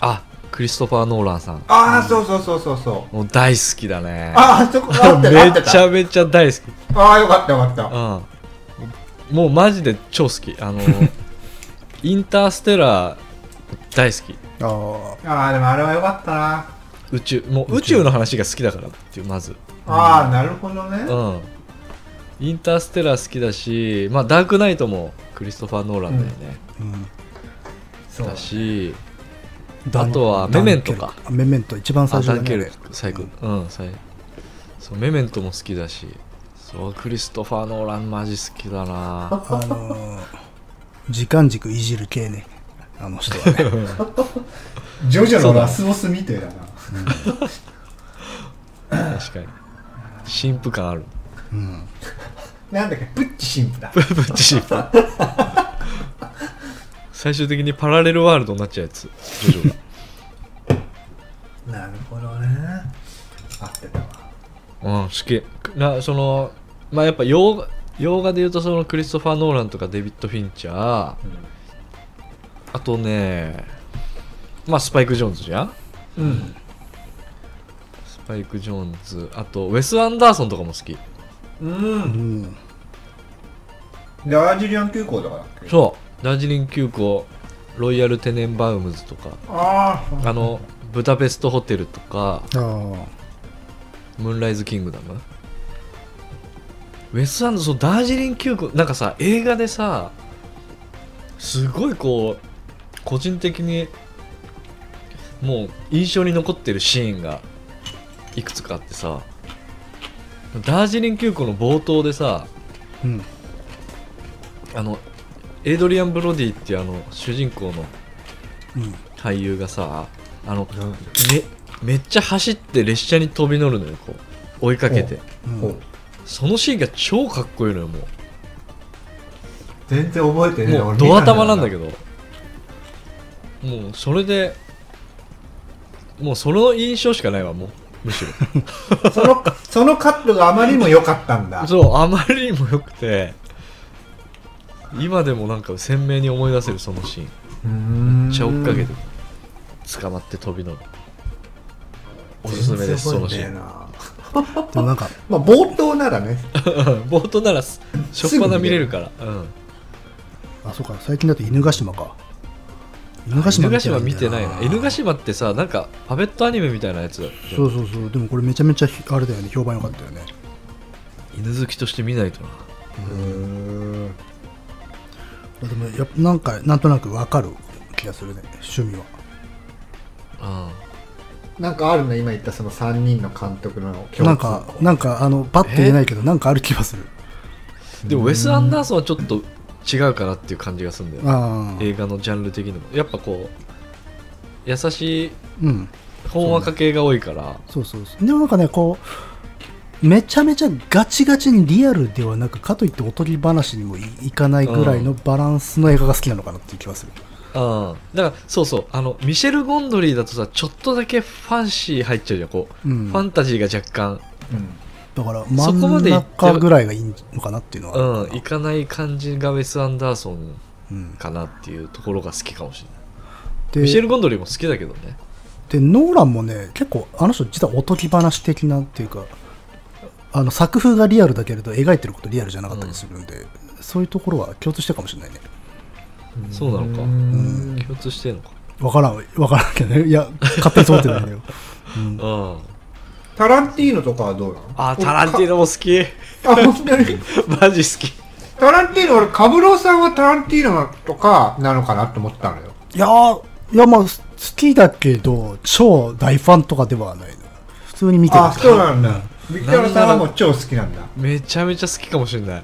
あクリストファー・ノーランさん
ああ、そうそうそうそうそう
もう大好きだね
ああそこ合ってた合
め
って
ち
た
ゃめちゃ大好き
ああよかったよかった
うんもうマジで超好き
*laughs*
あのインターステラー大好き
あ
ああでもあれはよかったな
宇宙もう宇宙の話が好きだからっていうまず
ああなるほどね
うん、インターステラー好きだし、まあ、ダークナイトもクリストファー・ノーランだよね、
あ、うん、
そう
だし
ダン
あとは
ダン
メメントか
ケルクあメメント一番最
ア
初
ダ
だ
ン・ケル
ね
ク最高、うん最そうメメントも好きだしそうクリストファー・ノーランマジ好きだな
あのー時間軸いじる系ねあの人は
*laughs*
ね
ジョジョ
そう
の
だ
ラスボスみてえだな
確かに神父感あ
*laughs*
る *laughs*
うん
なんだっけプッチ神父だ
プッチ神父最終的にパラレルワールドになっちゃう
*laughs*
やつジョジョが
なるほどね合ってたわ
うん、好きなそのまあやっぱ洋画洋画で言うとそのクリストファー・ノーランとかデビッド・フィンチャーあとねまあスパイク・ジョーンズじゃん
うん
スパイク・ジョーンズあとウェス・アンダーソンとかも好き
う
うんん
ダージリアン急行だからだっけ
そうダージリン急行ロイヤル・テネンバウムズとか
ああ
あのブダペスト・ホテルとか
ああ
ムーンライズ・キングダムウェス・アンダーソンダージリン急行なんかさ映画でさすごいこう個人的にもう印象に残ってるシーンがいくつかあってさダージリン急行の冒頭でさ
うん
あのエイドリアン・ブロディっていうあの主人公の
うん
俳優がさあのめめっちゃ走って列車に飛び乗るのよこう追いかけて
うん
ほう
そのシーンが超かっこいいのよも
全然覚えて
う
ねえ
もうド頭なんだけどもうそれでもうその印象しかないわもうむしろ *laughs*
どそのそのカットがあまりにも良かったんだ
そうあまりにも良くて今でもなんか鮮明に思い出せるそのシーン
うーん
めっちゃ追っかけて捕まって飛び乗るおすすめですそ
全然
の
覚
シ
えて
ー
ね
で
ン
えな
もなんか
まあ冒頭ならね
*laughs* 冒頭ならすしょっぱな見れるからうん
あそうか最近だと犬ヶ島か犬ヶ島
犬ヶ島見てない
んだ
な犬ヶ島ってさなんかパペットアニメみたいなやつだよ
そうそうそうでもこれめちゃめちゃあれだよね評判良かったよね
犬好きとして見ないとな
うん
でもやっぱなんかなんとなく分かる気がするね趣味は
あ
なんかあるの今言ったその3人の監督の共通項
なんかなんかあのパッと言えないけどなんかある気がする
でもウェス・アンダーソンはちょっと違うかなっていう感じがするんだよね
ああ
映画のジャンル的にもやっぱこう優しい
うん
本和歌系が多いから
そうそうそうでもなんかねこうめちゃめちゃガチガチにリアルではなくかといっておとぎ話にもいいかないぐらいのバランスの映画が好きなのかなっていう気がする、
ああだからそうそうあのミシェル・ゴンドリーだとさちょっとだけファンシー入っちゃうじゃんこう、
うん
ファンタジーが若干
うん
だから
そこ
真
ま
ん
で行っちゃう
中ぐらいがいいのかなっていうのは、
うんいかない感じがウェス・アンダーソン
うん
かなっていうところが好きかもしれない
で
ミシェル・ゴンドリーも好きだけどね
でノーランもね結構あの人実はおとぎ話的なっていうかあの作風がリアルだけれど描いてることリアルじゃなかったりするんで、そういうところは共通してるかもしれないね
そうなのか
うん
共通してんのか
分からん分からんけどねいや勝手にそう思ってるんだけど、うん
うん
タランティーノとかはどうなの
あタランティーノも好き *laughs*
ノあ本当に *laughs*
マジ好き
タランティーノ俺カブローさんはタランティーノとかなのかなって思ったのよ
*laughs* いやーいやまあ好きだけど超大ファンとかではないな普通に見てる
あそうなんだビクトルさんはもう超好きなんだ
めちゃめちゃ好きかもしれない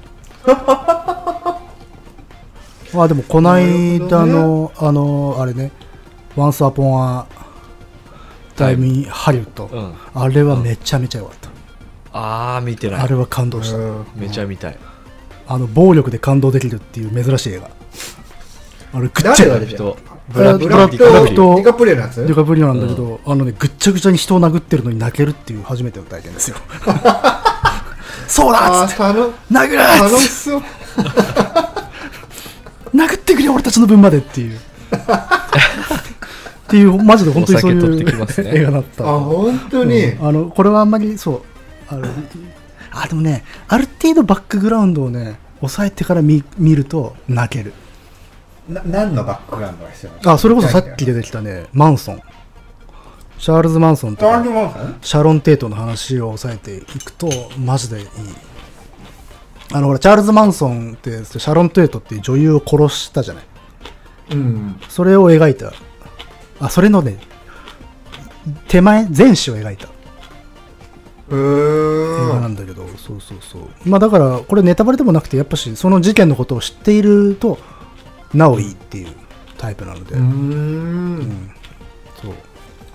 まあでもこないだ
なる
の、あのあれね「Once Upon a Time in Hollywood、
うん
あれはめちゃめちゃ良かった、
ああ見てな
あ
い
れは感動した、
めちゃ見たい
あの暴力で感動できるっていう珍しい映画あれぐっちゃ
誰が出てる
人
ブラブラ
ブ
ッ
ラ
ド・
ッ
デ
ド
ィカプリオのやつ
デカプリオなんだけど、あのねぐっちゃぐちゃに人を殴ってるのに泣けるっていう初めての体験
*laughs*
ですよそうだ
あ
っつ
ー
って
楽
殴るっ
楽
つっ
してそう
殴ってくれ俺たちの分までって
*laughs*
いうっていうマジで本当にそうい
お酒取ってき
う、
ますね
映画だった
あ本当に、
うんあのこれはあんまりそうあのあでもねある程度バックグラウンドをね抑えてから見見ると泣ける
な何のバックグラウンドが必要なの
あそれこそさっき出てきたねマンソンチャールズ・マンソンと
タラン
か
ティーノさん
シャロン・テイトの話を抑えていくとマジでいいあのほらチャールズ・マンソンってシャロン・テイトっていう女優を殺したじゃない
うん
それを描いたあそれのね手前前史を描いた
う
映画
ー
なんんだけど、そうそうそうまあだからこれネタバレでもなくてやっぱしその事件のことを知っているとなおいいっていうタイプなので、
うーん
そう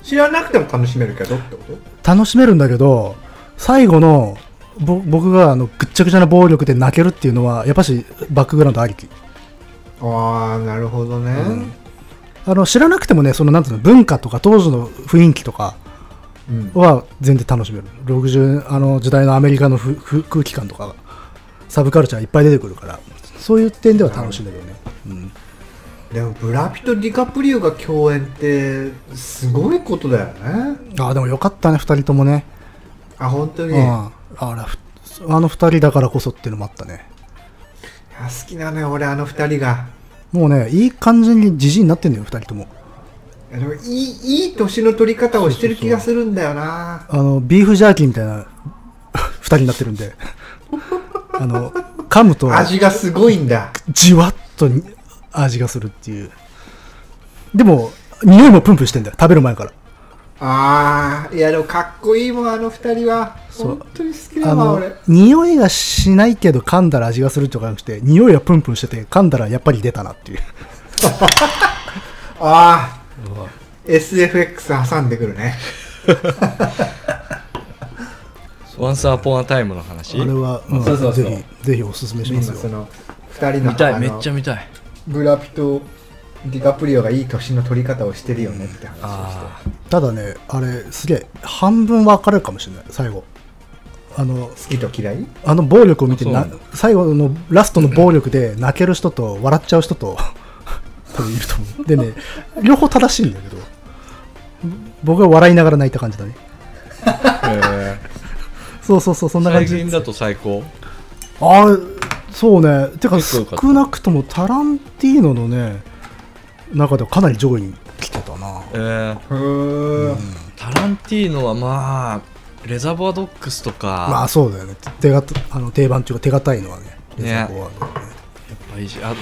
知らなくても楽しめるけどってこと
楽しめるんだけど最後のぼ僕があのぐっちゃぐちゃな暴力で泣けるっていうのはやっぱしバックグラウンドありき
ああなるほどね、
あの知らなくてもねそのなんていうの文化とか当時の雰囲気とか
うん
は全然楽しめる60あの時代のアメリカのふふ空気感とかサブカルチャーいっぱい出てくるからそういう点では楽しいんだけどね、うん
でもブラピとディカプリオが共演ってすごいことだよね
ああでもよかったね2人ともね、
あ本当
う
に、
ん、
い
あ
や
らふあの2人だからこそっていうのもあったね
好きなのよ俺あの二人が
もうねいい感じにじじいになってんだよ2人とも
いやでもいいいい年の取り方をしてる気がするんだよな
あのビーフジャーキーみたいな2人になってるん
*laughs*
であの噛むと
味がすごいんだ
じわっとに味がするっていうでも匂いもプンプンしてんだよ食べる前から
あーいやでもかっこいいもんあの二人は
そう
本当に好き
あ
だわ
の
俺
匂いがしないけど噛んだら味がするとかなくて匂いがプンプンしてて噛んだらやっぱり出たなっていう
ああ SFX 挟んでくるね
ワンスアポンアタイムの話
あれは、うん
そうそうそう
ぜひぜひおすすめしま
今
す
そ
よ
の2人の
見た
あ
いめ
の
っちゃ見たい
ブラピとディカプリオがいい年の取り方をしてるよねって話をして、
あ
ただねあれすげえ半分分かれるかもしれない最後あの
好きと嫌い
あの暴力を見て
そう
な最後のラストの暴力で泣ける人と笑っちゃう人と *laughs* 多分いると思うでね両方正しいんだけど僕は笑いながら泣いた感じだね
あ、へ
そうそうそうそん
ー、
な感じ
最近だと最高
ああそうねてか
結構良かった
少なくともタランティーノのね中ではかなり上位に来てたな
えー、
ふーん
タランティーノはまあレザーボアドックスとか、
まあそうだよね手があの定番っていうか手堅いのはね
ね
レザーボアードだね
やっぱいいしあ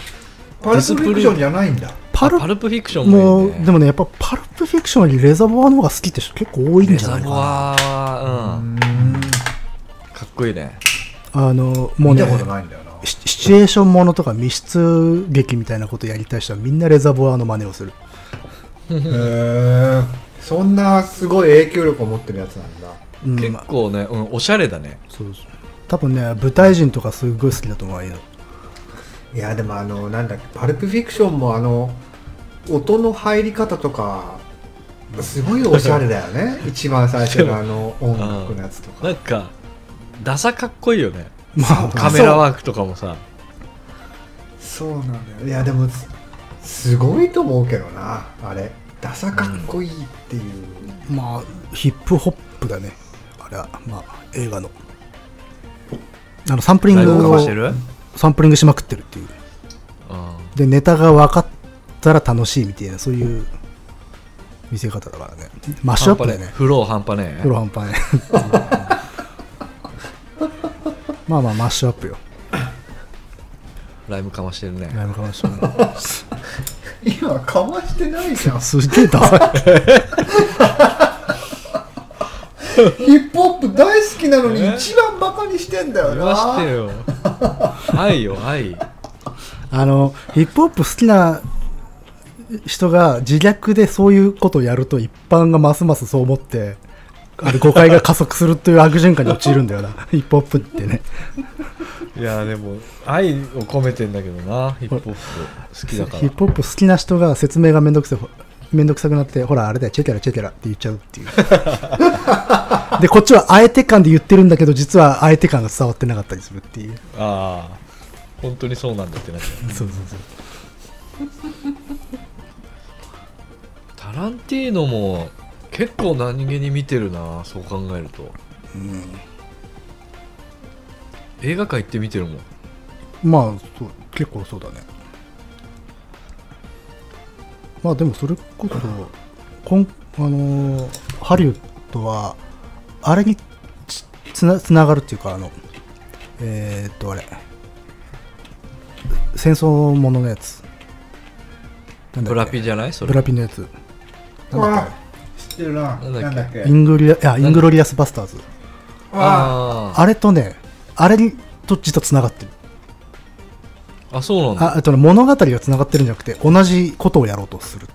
パルスフィクションじゃないんだ
パル
あパルプフィクションも
も
いいうね
でもねやっぱパルプフィクションよりレザーボアの方が好きって人結構多いん
レ
じゃ
ザ
ない
ー
か
ボ
な
アは、うん、
うん
かっこいいね
あのもう
見
ね
たことないんだよな
シシチュエーションものとか密室劇みたいなことやりたい人はみんなレザーボアの真似をする
へーそんなすごい影響力を持ってるやつなんだ
うん
結
まあ
構ね、うん、おしゃれだね
そうそう多分ね舞台人とかすごい好きだと思うああいうの
いやでもあのなんだっけパルプフィクションもあの音の入り方とかすごいおしゃれだよね一番最初のあの音楽のやつと
な
か
んかダサかっこいいよね
ま
カメラワークとかもさ
そうなんだよいやでもすすごいと思うけどなあれダサかっこいいっていう、
まあヒップホップだねあれはまあ映画のあのサンプリン
ライブ
グ
か
を
ましてる、
サンプリングしまくってるっていう
うん、
でネタが分かったら楽しいみたいなそういう見せ方だからねマッシュアップだよね
フロー半端ね
プロ半端ねまあまあマッシュアップよ
ライムかましてるね、
ライブかましょう
今かましてない *laughs* じゃん
すげえダサい
ヒップホップ大好きなのに
え
一番バカにしてんだよ
言わ
な
してよ愛よ愛
あのヒップホップ好きな人が自虐でそういうことをやると一般がますますそう思ってあれ誤解が加速するという悪循環に陥るんだよなヒップホップってね
いやでも愛を込めてんだけどなヒップホップ好き
ヒ
だか
ッ
ら
プホップ好きな人が説明がめんどくさいめんどくさくなってほらあれだよチェケラチェケラって言っちゃうっていうでこっちはあえて感で言ってるんだけど実はあえて感が伝わってなかったりするっていう
ああ本当にそうなんだってなっちゃう
そうそうそう
タランティーノも結構何気に見てるなそう考えると、映画館行って見てるもん
まあそう結構そうだねまあでもそれこそこん、あのーハリウッドはあれにつつなつながるっていうかあのえー、っとあれ戦争もののやつなんだっけ
ブラピじゃないそれ
ブラピのやつ
ほら知ってるな
なんだっけ
なんだっけ
イングリアいやイングロリアスバスターズ
あ
あ
あれとねあれにと実はつながってる
ああそうなんだ
ああとね物語がつながってるんじゃなくて同じことをやろうとする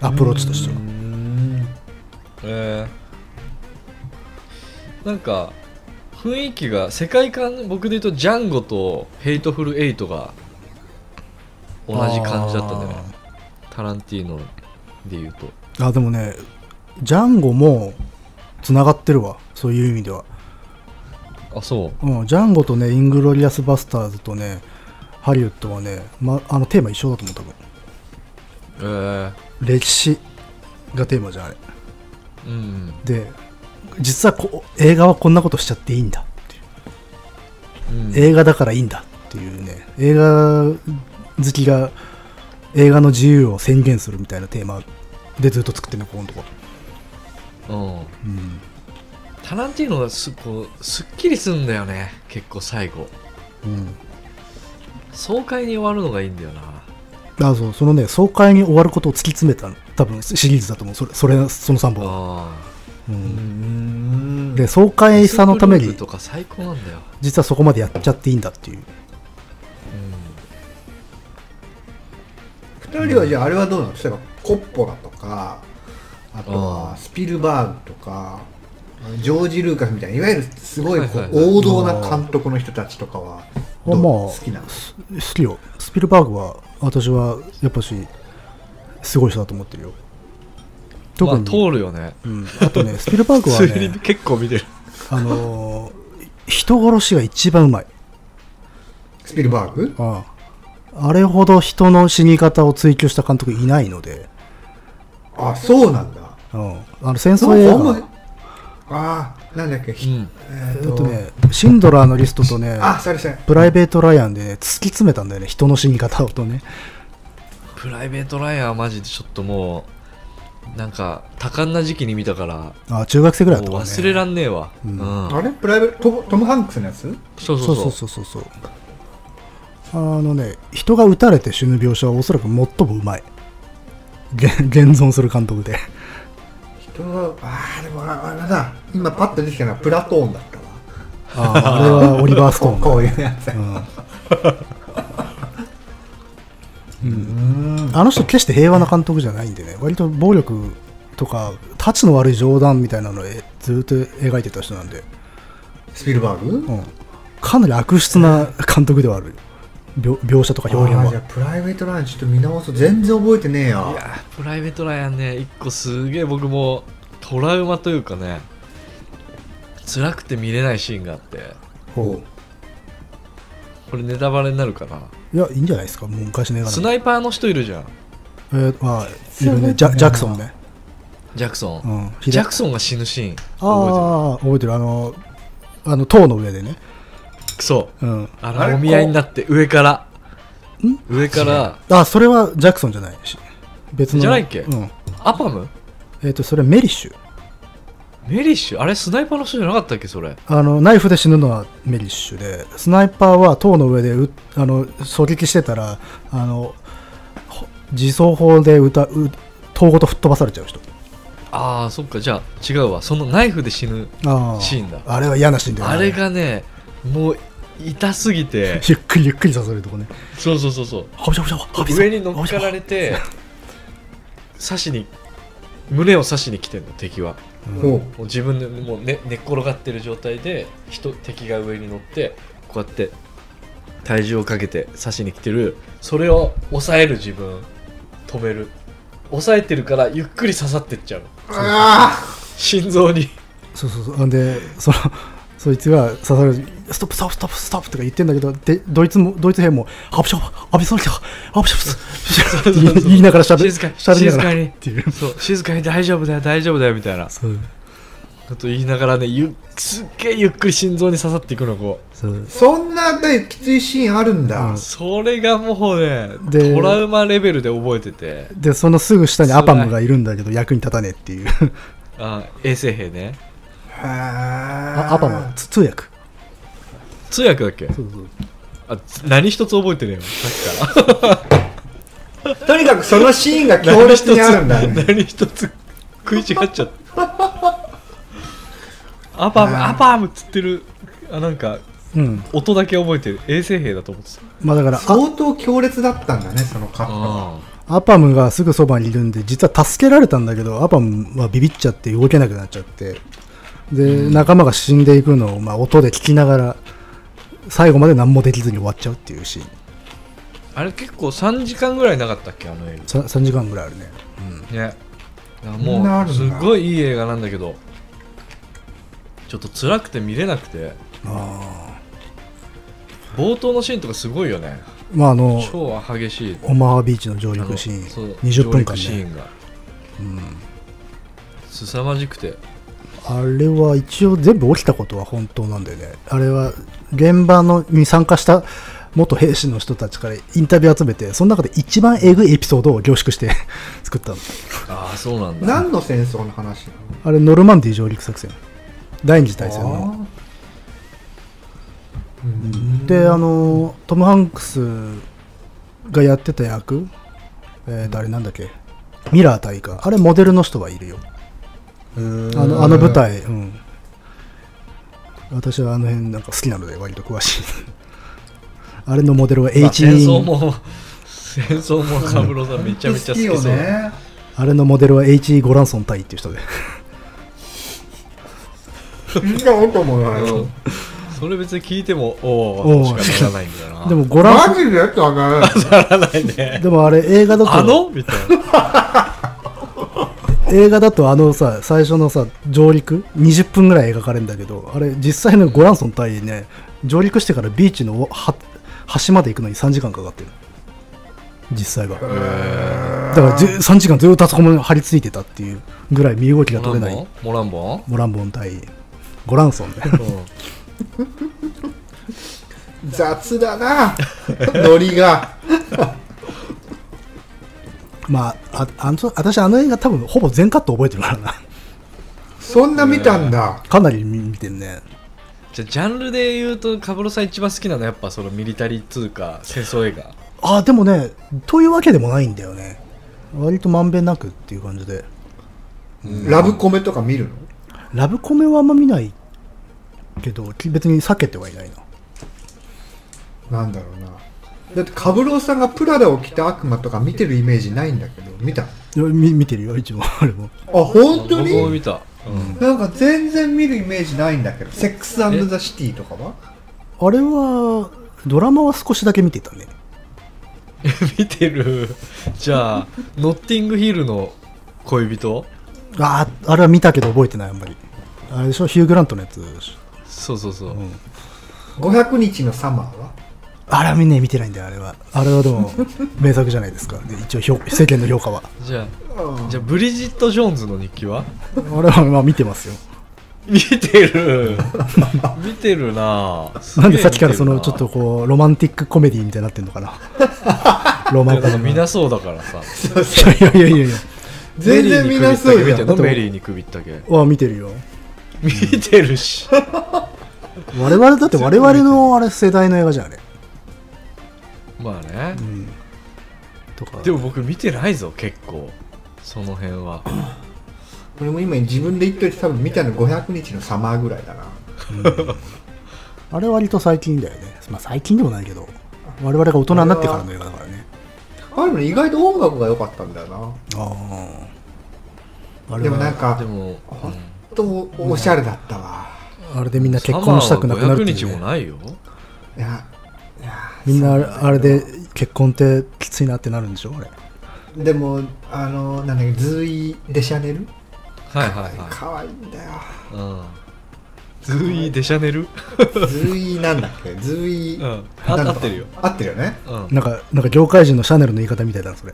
アプローチとしては
ーうーん
えー、なんか雰囲気が世界観僕で言うとジャンゴとヘイトフルエイトが同じ感じだったんだよねタランティーノで言うと
あでもねジャンゴもつながってるわそういう意味では、
あそう
うん、ジャンゴとねイングロリアスバスターズとねハリウッドはね、ま、あのテーマ一緒だと思う多分
えー、
歴史がテーマじゃんあれ
うん
で実はこ映画はこんなことしちゃっていいんだっていう
うん
映画だからいいんだっていうね映画好きが映画の自由を宣言するみたいなテーマでずっと作ってるのここのとこ
う
う
ん
ん
タランティーノはすこうすっきりすんだよね結構最後
うん
爽快に終わるのがいいんだよな
あそうそのね爽快に終わることを突き詰めたの多分シリーズだと思うそれそれその3本は、
あ
う
うー
ん
ん
で爽快さのために
とか最高なんだよ、
実はそこまでやっちゃっていいんだっていう
二人はじゃああれはどうなの例えばコッポラとかあと
あー
はスピルバーグとかあのジョージ・ルーカスみたいないわゆるすごいこう
はいはいはい
王道な監督の人たちとかはどう
まあ
好きなの
す好きよスピルバーグは私はやっぱしすごい人だと思ってるよ特
まあ
に、
通るよね
うん、あとねスピルバーグ
*laughs*
は
普通に
ね
結構見てる
あのー人殺しが一番うまい
スピルバーグ
あああれほど人の死に方を追求した監督いないので、
あそうなんだ
うん、あの戦
そ
争
う
映
あんま
画
あーなんだっけ、
う
ひ
ん
え
え
ー
っとね、シンドラーのリストとね
あそれそれ
プライベート・ライアンで、ね、突き詰めたんだよね人の死に方をとね
プライベートライアーはマジでちょっともうなんか多感な時期に見たから
あ中学生ぐらいだった
もう
から、ね、
忘れらんねえわ、
うん
うん
あれプライベートトムトム・ハンクスのやつ
そうそ
そうう
そう
そうそうそうそうあのね人が撃たれて死ぬ描写はおそらく最もうまい現現存する監督で
人がああでもああれだ今パッと出てきたのはプラトーンだったわ
あれはオリバー・ストーンだ
こういうやつ、
うん
うん
あの人決して平和な監督じゃないんでね割と暴力とかたちの悪い冗談みたいなのをえずっと描いてた人なんで、
スピルバーグ
うん、かなり悪質な監督ではある描描写とか表
あー
現
じゃあ
は
プライベートライアンちょっと見直そう全然覚えてねえ
い
や
やープライベートライアンね一個すげえ僕もトラウマというかね辛くて見れないシーンがあって
ほ
これネタバレになるかない
やいいんじゃないですかもう昔の映画
ス
なんで
ナイパーの人いるじゃん
えーまあいるねジャジャクソンね、
ジャクソ
う
ン、
ん、
ジャクソンが死ぬシーン覚
ああ覚えてるあのあの塔の上でね、
えてるそう
うん、
あ
あれ
のお見合いになって上から
ん
上から
あそれはジャクソンじゃないし別の
じゃないっけ
うん
アパム
えっとそれはメリッシュ
メリッシュあれスナイパーの人じゃなかったっけそれ
あのナイフで死ぬのはメリッシュでスナイパーは塔の上でうあの狙撃してたらあのほ自走砲で撃たう塔ごと吹っ飛ばされちゃう人
ああそっかじゃあ違うわそのナイフで死ぬ
あ
シーンだ
あれは嫌なシーンだよね
あれがねもう痛す
*laughs*
ぎて
ゆっくりゆっくり刺されるとこね
そうそうそうそう
はぶしゃぶしゃはぶしゃ
上に乗っかられて刺しに胸を刺しに来てんの敵は
う
うん
ほ
もう自分でもう、ね、寝っ転がってる状態で人敵が上に乗ってこうやって体重をかけて刺しに来てるそれを抑える自分止める抑えてるからゆっくり刺さってっちゃう
うあ
心臓に
そうそうそうあんでその *laughs* そいつが刺されるストップストップストップストップとか言ってんだけどでドイツもドイツ兵もはぶしゃぶはぶしゃぶはぶしゃぶはぶしゃぶ *laughs* って言い言いながらしゃべ
静かに
しゃべりなが
静からに
っていう
そう静かに大丈夫だよ大丈夫だよみたい
*laughs*
な
そう
こと言いながらねゆすっげえゆっくり心臓に刺さっていくのこ
そう
ーそんなねきついシーンあるんだ、
うん
うそれがもうね
で
トラウマレベルで覚えてて
でそのすぐ下にアパムがいるんだけど役に立たねえっていう
あ衛生兵ね
へー
あアパムはつ通訳
通訳だっけ
そうそう
あつ何一つ覚えてねえよさっきから
とにかくそのシーンが強烈にあるんだね
何一つ食い違っちゃったアパームアパームっつってるあなんか
うん
音だけ覚えてる衛生兵だと思ってた
*laughs* まあだから
相当強烈だったんだねそのカットは
あ
あアパムがすぐそばにいるんで実は助けられたんだけどアパムはビビっちゃって動けなくなっちゃってで仲間が死んでいくのをまあ音で聞きながら最後まで何もできずに終わっちゃうっていうシーン
あれ結構3時間ぐらいなかったっけあの映
3, 3時間ぐらいあるね
画ねだから
そんな
も
ある
うん
だ
すっごいいい映画なんだけどちょっと辛くて見れなくて冒頭のシーンとかすごいよね
まああの
超激しい
オマハビーチの上
あの
陸シーン
そう
20分
上陸
間
シ
ね
ーンが凄まじくて
あれは一応全部起きたことは本当なんだよね。あれは現場のに参加した元兵士の人たちからインタビュー集めて、その中で一番えぐいエピソードを凝縮して *laughs* 作ったの。
ああそうなんだ
何の戦争の話なの
あれ、ノルマンディー上陸作戦。第二次大戦の。
あーうん
で、あの、トム・ハンクスがやってた役、えー、誰なんだっけミラー大か。あれ、モデルの人はいるよ。あのあの舞台、うん。私はあの辺なんか好きなので割と詳しい。 *laughs* あれのモデルは
まあ
H
戦
リ
争
ン、
も戦争もカブロさんめちゃめちゃ好き
よ
そう、
ね
あれのモデルは H ゴランソン対っていう人で。
聞いたこともないよ
うんそれ別に聞いてもおおし
おー
かならないんだよな
でもご覧
マジでってわからない
ならないね
でもあれ映画だと
あのみたいな
映画だとあのさ最初のさ上陸20分ぐらい描かれるんだけどあれ実際のゴランソン対ね上陸してからビーチのは端まで行くのに3時間かかってる実際はだからじ3時間ずっとあそこも張り付いてたっていうぐらい身動きが取れない
モランボン
モランボン対ゴランソンで *laughs*
モランボン
雑だ *laughs* なノリが
まあああの私あの映画多分ほぼ全カット覚えてるからな
そんな見たんだ
かなり見見てんね
じゃあジャンルで言うとカブロさん一番好きなのはやっぱそのミリタリー通か戦争映画
ああでもねというわけでもないんだよね割とまんべんなくっていう感じで
ラブコメとか見るの
ラブコメはあんま見ないけどき別に避けてはいないな
なんだろうなだってカブローさんがプラダを着た悪魔とか見てるイメージないんだけど見たあ
いやみ見てるよ一応 *laughs* あれも
本
僕
当
も
に
見た、うん *laughs*
なんか全然見るイメージないんだけどセックス
え
ザ・シティとかは
あれはドラマは少しだけ見てたね
見てるじゃあノッティングヒルの恋人
あああれは見たけど覚えてないあんまりあれでしょヒュー・グラントのやつでしょ
そうそうそう、
ん
500日のサマーは
あれはみんな見てないんだよあれはあれはで
*laughs*
も名作じゃないですか、ね、一応評世間の評価は
じゃ
う
あ
ん
じゃあブリジット・ジョーンズの日記は
あれはまあ見てますよ
見て
*laughs*
る見てるなぁ
なんでさっきからそのちょっとこうロマンティックコメディみたいになってんのか
*laughs*
なロマン
なん
ティ
か
ック
見なそうだからさ
いやいやいやいや
全然見なそうじゃん
だって
メリーに首ったけ
わ見てるよ
見てるし
我々だって我々のあれ世代の映画じゃんあれ、
まあね
うん、とか
でも僕見てないぞ結構その辺は
俺も今自分で言っといて多分見たの500日のサマーぐらいだな
あれ割と最近だよねまあ最近でもないけど我々が大人になってからの映画だからね
あるの意外と音楽が良かったんだよ
あああ
な
れ
でも
は
なんか
でも、うん
ほんとおしゃれだったわ
あれでみんな結婚したくなくなるってい
サマー
う
は500日も
ね
ないよ
いやいや
みんなあれあれで結婚ってきついなってなるんでしょあれ
でもあのなんだっけズイ・デシャネル
はいはいは
可愛いんだよ
い、うん、ズーイ・デシャネル、
ズイなんだっけズイ、
うん、あ
なん
合
だ
ってるよ、
合ってるよね
うん、
なんかなんか業界人のシャネルの言い方みたいだな
*laughs*
それ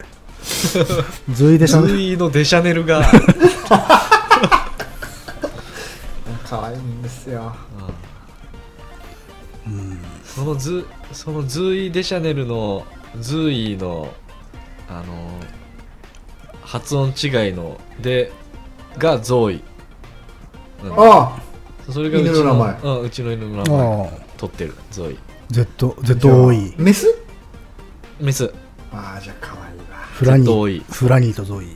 ずいでし
ズ
ゃね
ーイのデシャネ
*laughs*
ルが、
可愛いんですよ
うん
そのズそのズーイ・デシャネルのズーイのあの発音違いのでがゾーイ、うん
あ
それがうちの
犬の名前
うん、うちの犬の名前
ああ
取ってるゾーイ
Z
あ
Z 多い
メス
メス
ああじゃあ可愛いわ
フラニ
Z 多い
ーフラニーとゾイ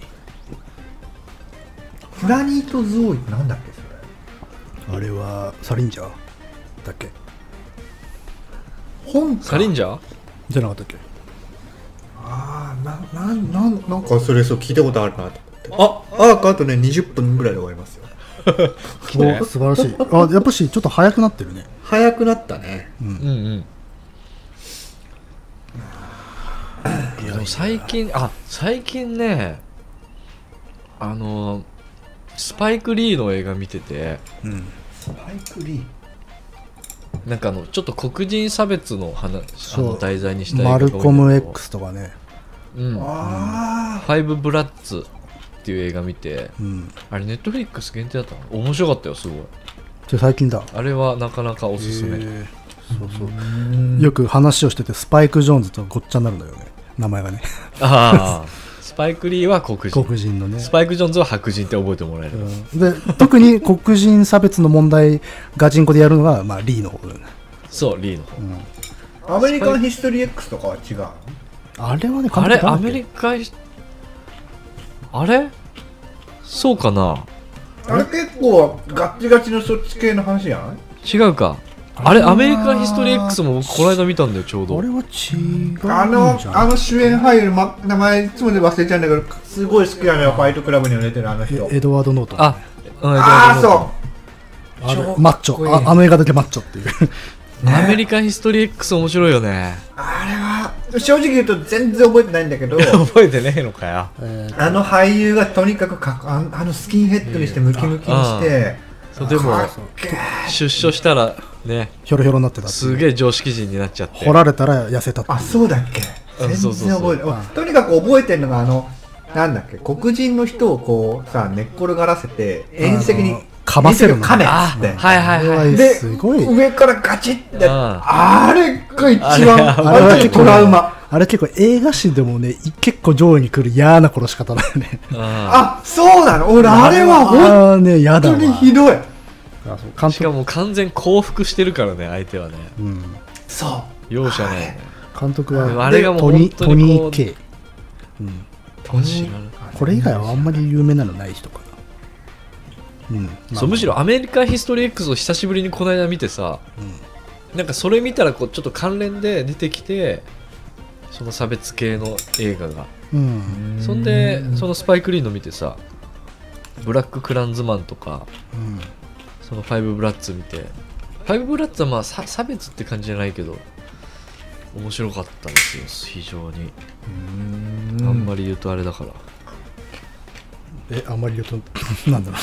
フラニーとゾーイってなんだっけそれ
あれはサリンジャーだっけ
本か
サリンジャー
じゃなかったっけ
ああななんなんなんかそれそう聞いたことあるなと思ってあああとね20分ぐらいで終わりますよ
来て
お素晴らしいあやっぱしちょっと早くなってるね
早くなったね
うんうん
い
でも最近あ最近ねあのスパイク・リーの映画見てて
うん
スパイク・リー
なんかあのちょっと黒人差別の話あ
そう
の題材にした映画
マ
が多
ル
いんだけど
コム X とかね
うんフ
あ
ァイブ・ブラッツっていう映画見て
うん
あれネットフリックス限定だったの面白かったよすごい
じゃ最近だ
あれはなかなかおすすめ
そう
あ
そううよく話をしててスパイク・ジョーンズとごっちゃになるんだよね名前が
*laughs*
ね
ああスパイク・リーは黒人
黒人のね
スパイク・ジョーンズは白人って覚えてもらえる、
うんで特に黒人差別の問題ガチンコでやるのが、まあ、リーの方だよね、
そうリーの方
うん
アメリカン・ヒストリー X とかは違うの
あれはね
あ
監督
れ
な
ア
んだ
メ
っけ
リカいあれそうかな
あれ結構ガッチガチのそっち系の話じゃない
違うかあれアメリカンヒストリー X も僕この間見たんだよちょうど
あれは違うんじゃない
あの、あの主演俳優の、ま、名前いつもで忘れちゃうんだけど、すごい好きなのよ、ファイトクラブにも出てるあの人。
エドワード・ノートン
あうん
ああ、
どうぞどうぞ
そあれ
マッチョああの映画だけマッチョっていう
ね
アメリカンヒストリー X 面白いよね
あれは正直言うと全然覚えてないんだけど
覚えて *laughs* ねえのかよ
*laughs* えー
あの俳優がとにかくかっこあんあのスキンヘッドにしてムキムキにして
そうでも
かっけー
出所したらね
ひょろひょろになってたっていう
すげえ常識人になっちゃって
掘られたら痩せたってい
あ
う
そうだっけ
うんそう
全
そう
然
そう
覚えてないとにかく覚えてるのがあのなんだっけ黒人の人をこうさ寝っ転がらせて縁石
あ
に
のかばせるの
カメっ
あ
つっ
は
て
いはい
あ
は
れ
い
は
です
ごい
上からガチって
うん
あれが一
あれ
番
は
あれ時トラウマ
あれ結構映画史でもねい結構上位に来る嫌な殺し方だよね
あ
あそうなの俺あれは本
あーね嫌だ
当
わ
にひどい
あそう監
しか
督
も完全降伏してるからね相手はね
うん
そう
容赦ないよね
監督
あ
は
あれがもう
トニー・
本当
ト
に
ニ
こ
ー
う
K、うん、
トニ
知
ー
らない
これ以外はあんまり有名なのない人かな、うんまあ
そうむしろアメリカンヒストリー X を久しぶりにこの間見てさ、なんかそれ見たらこうちょっと関連で出てきてその差別系の映画が
うん
そんでそのスパイク・リーの見てさブラック・クランズマンとか
うん
そのファイブ・ブラッツ見てファイブ・ブラッツはまあさ差別って感じじゃないけど面白かったですよ非常に、
うん
あんまり言うとあれだから
えあんまり言うと *laughs* なんだろ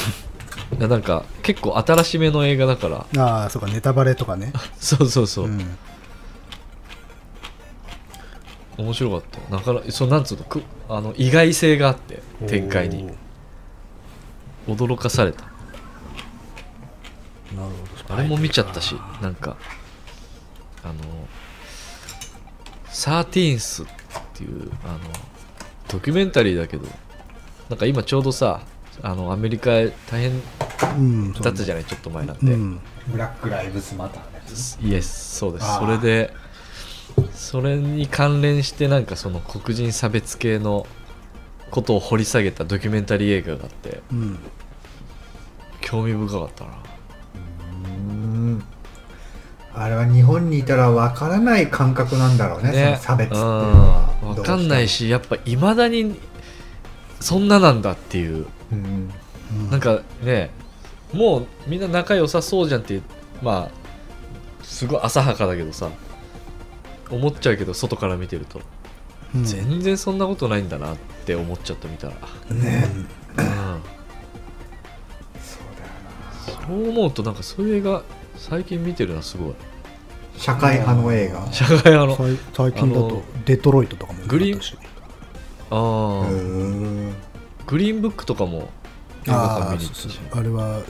いやなんか結構新しめの映画だから
う
*laughs*
ああそうかネタバレとかね
そうそうそう、
うん
面白かったなかなそうなんつうのくあの意外性があって展開に驚かされた
おーなるほど
あれも見ちゃったしなんかあのサーティーンスっていうあのドキュメンタリーだけどなんか今ちょうどさあのアメリカ大変
うん
だったじ
ゃ
ゃないちょっと前なん
う
で、
ん
ブラック・ライブズ・マターのやつ
イエスそうです
あ
そ
ー
れでそれに関連してなんかその黒人差別系のことを掘り下げたドキュメンタリー映画があって
うん
興味深かったな
うんあれは日本にいたらわからない感覚なんだろうねその差別っていうのは
分かんない、しやっぱいまだにそんななんだっていう
どうしてもうん
うん
なんかねもうみんな仲良さそうじゃんってまあすごい浅はかだけどさ思っちゃうけど外から見てると、
うん
全然そんなことないんだなって思っちゃったみたら、
ね
うん
そうだよ
そう思うとなんかそういう映画最近見てるなすごい
な社会派の映画
社会派の
最最近だ
あ
と
の
デトロイトとかも
グリーン
良かったし
あ
う
ー
ん
グリーンブックとかも映画
ああ
館見に行
そ
っ
う
た
そ
し
うあれは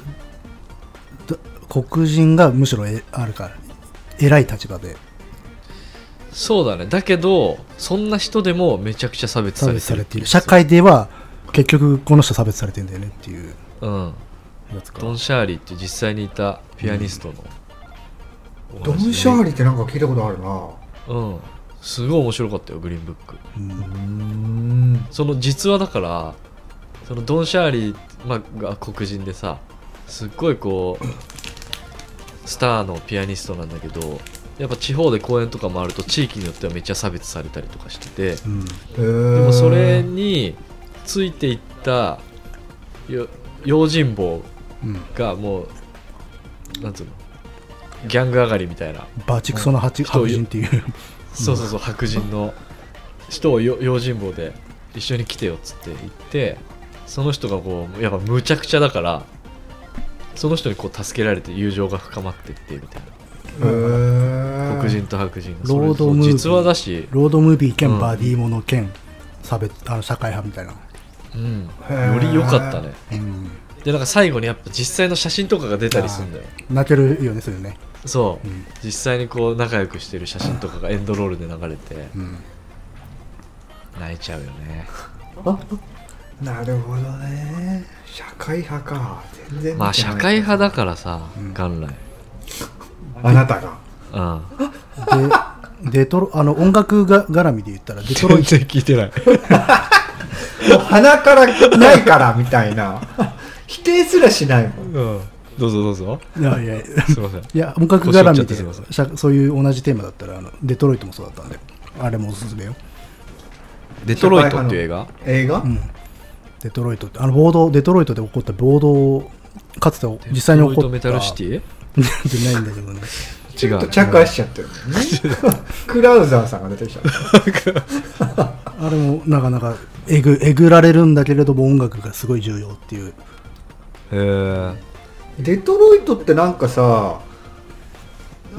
だ黒人がむしろえあれか偉い立場で
そうだねだけどそんな人でもめちゃくちゃ差別
差
され
別
て
さ
る
れている社会では結局この人差別されてんだよねっていう
うん
やつか
ドン・シャーリーって実際にいたピアニストの、
ドン・シャーリーってなんか聞いたことあるな
うんすごい面白かったよグリーンブック
うん
うん
その実話だからそのドン・シャーリー、まあ、が黒人でさすっごいこうスターのピアニストなんだけどやっぱ地方で公演とかもあると地域によってはめっちゃ差別されたりとかしてて
うん
で
で
もそれについていったよ用心棒
うん
がもうなんつうのギャング上がりみたいな
バチクソの白
人
白
を言う
人っていう
そうそうそう白人の人をよ用心棒で一緒に来てよっつって言ってその人がこうやっぱむちゃくちゃだからその人にこう助けられて友情が深まってってみたいな黒
黒
人と白人が
ロード
それ
ムービー
実話だし、
ロードムービー
う
兼
ん
バディもの兼差別あの社会派みたいな
うん、より良かったね
うん
でなんか最後にやっぱ実際の写真とかが出たりするんだよ
泣けるよねそういうね
そう、
うん
実際にこう仲良くしてる写真とかがエンドロールで流れて
うん
泣いちゃうよね
なるほどね社会派か全然
まあ
見てな
社
い
会派だからさ、元来
あなたが
うん
でデトロあの音楽が絡みで言ったらデトロイト
然聞いてない
もう鼻からないからみたい *laughs* な否定すらしないもん
*laughs* うんどうぞどうぞ *laughs*
いやいやいや
すいません
いや音楽絡
腰折っちゃっ
み
てすいません
でしゃそういう同じテーマだったらあのデトロイトもそうだったんであれもおすすめよ、
デトロイトっていう映画
映画、
うん、デトロイトってあの暴動デトロイトで起こった暴動かつて実際に起こ
デトロ
った
イトメタルシティ
なんてないんだけどね
ちょ
違
っと
う
着火しちゃって *laughs* るもんねクラウザーさんが出てきちゃった
あれもなかなかえぐえぐられるんだけれども音楽がすごい重要っていう
へー
デトロイトってなんかさ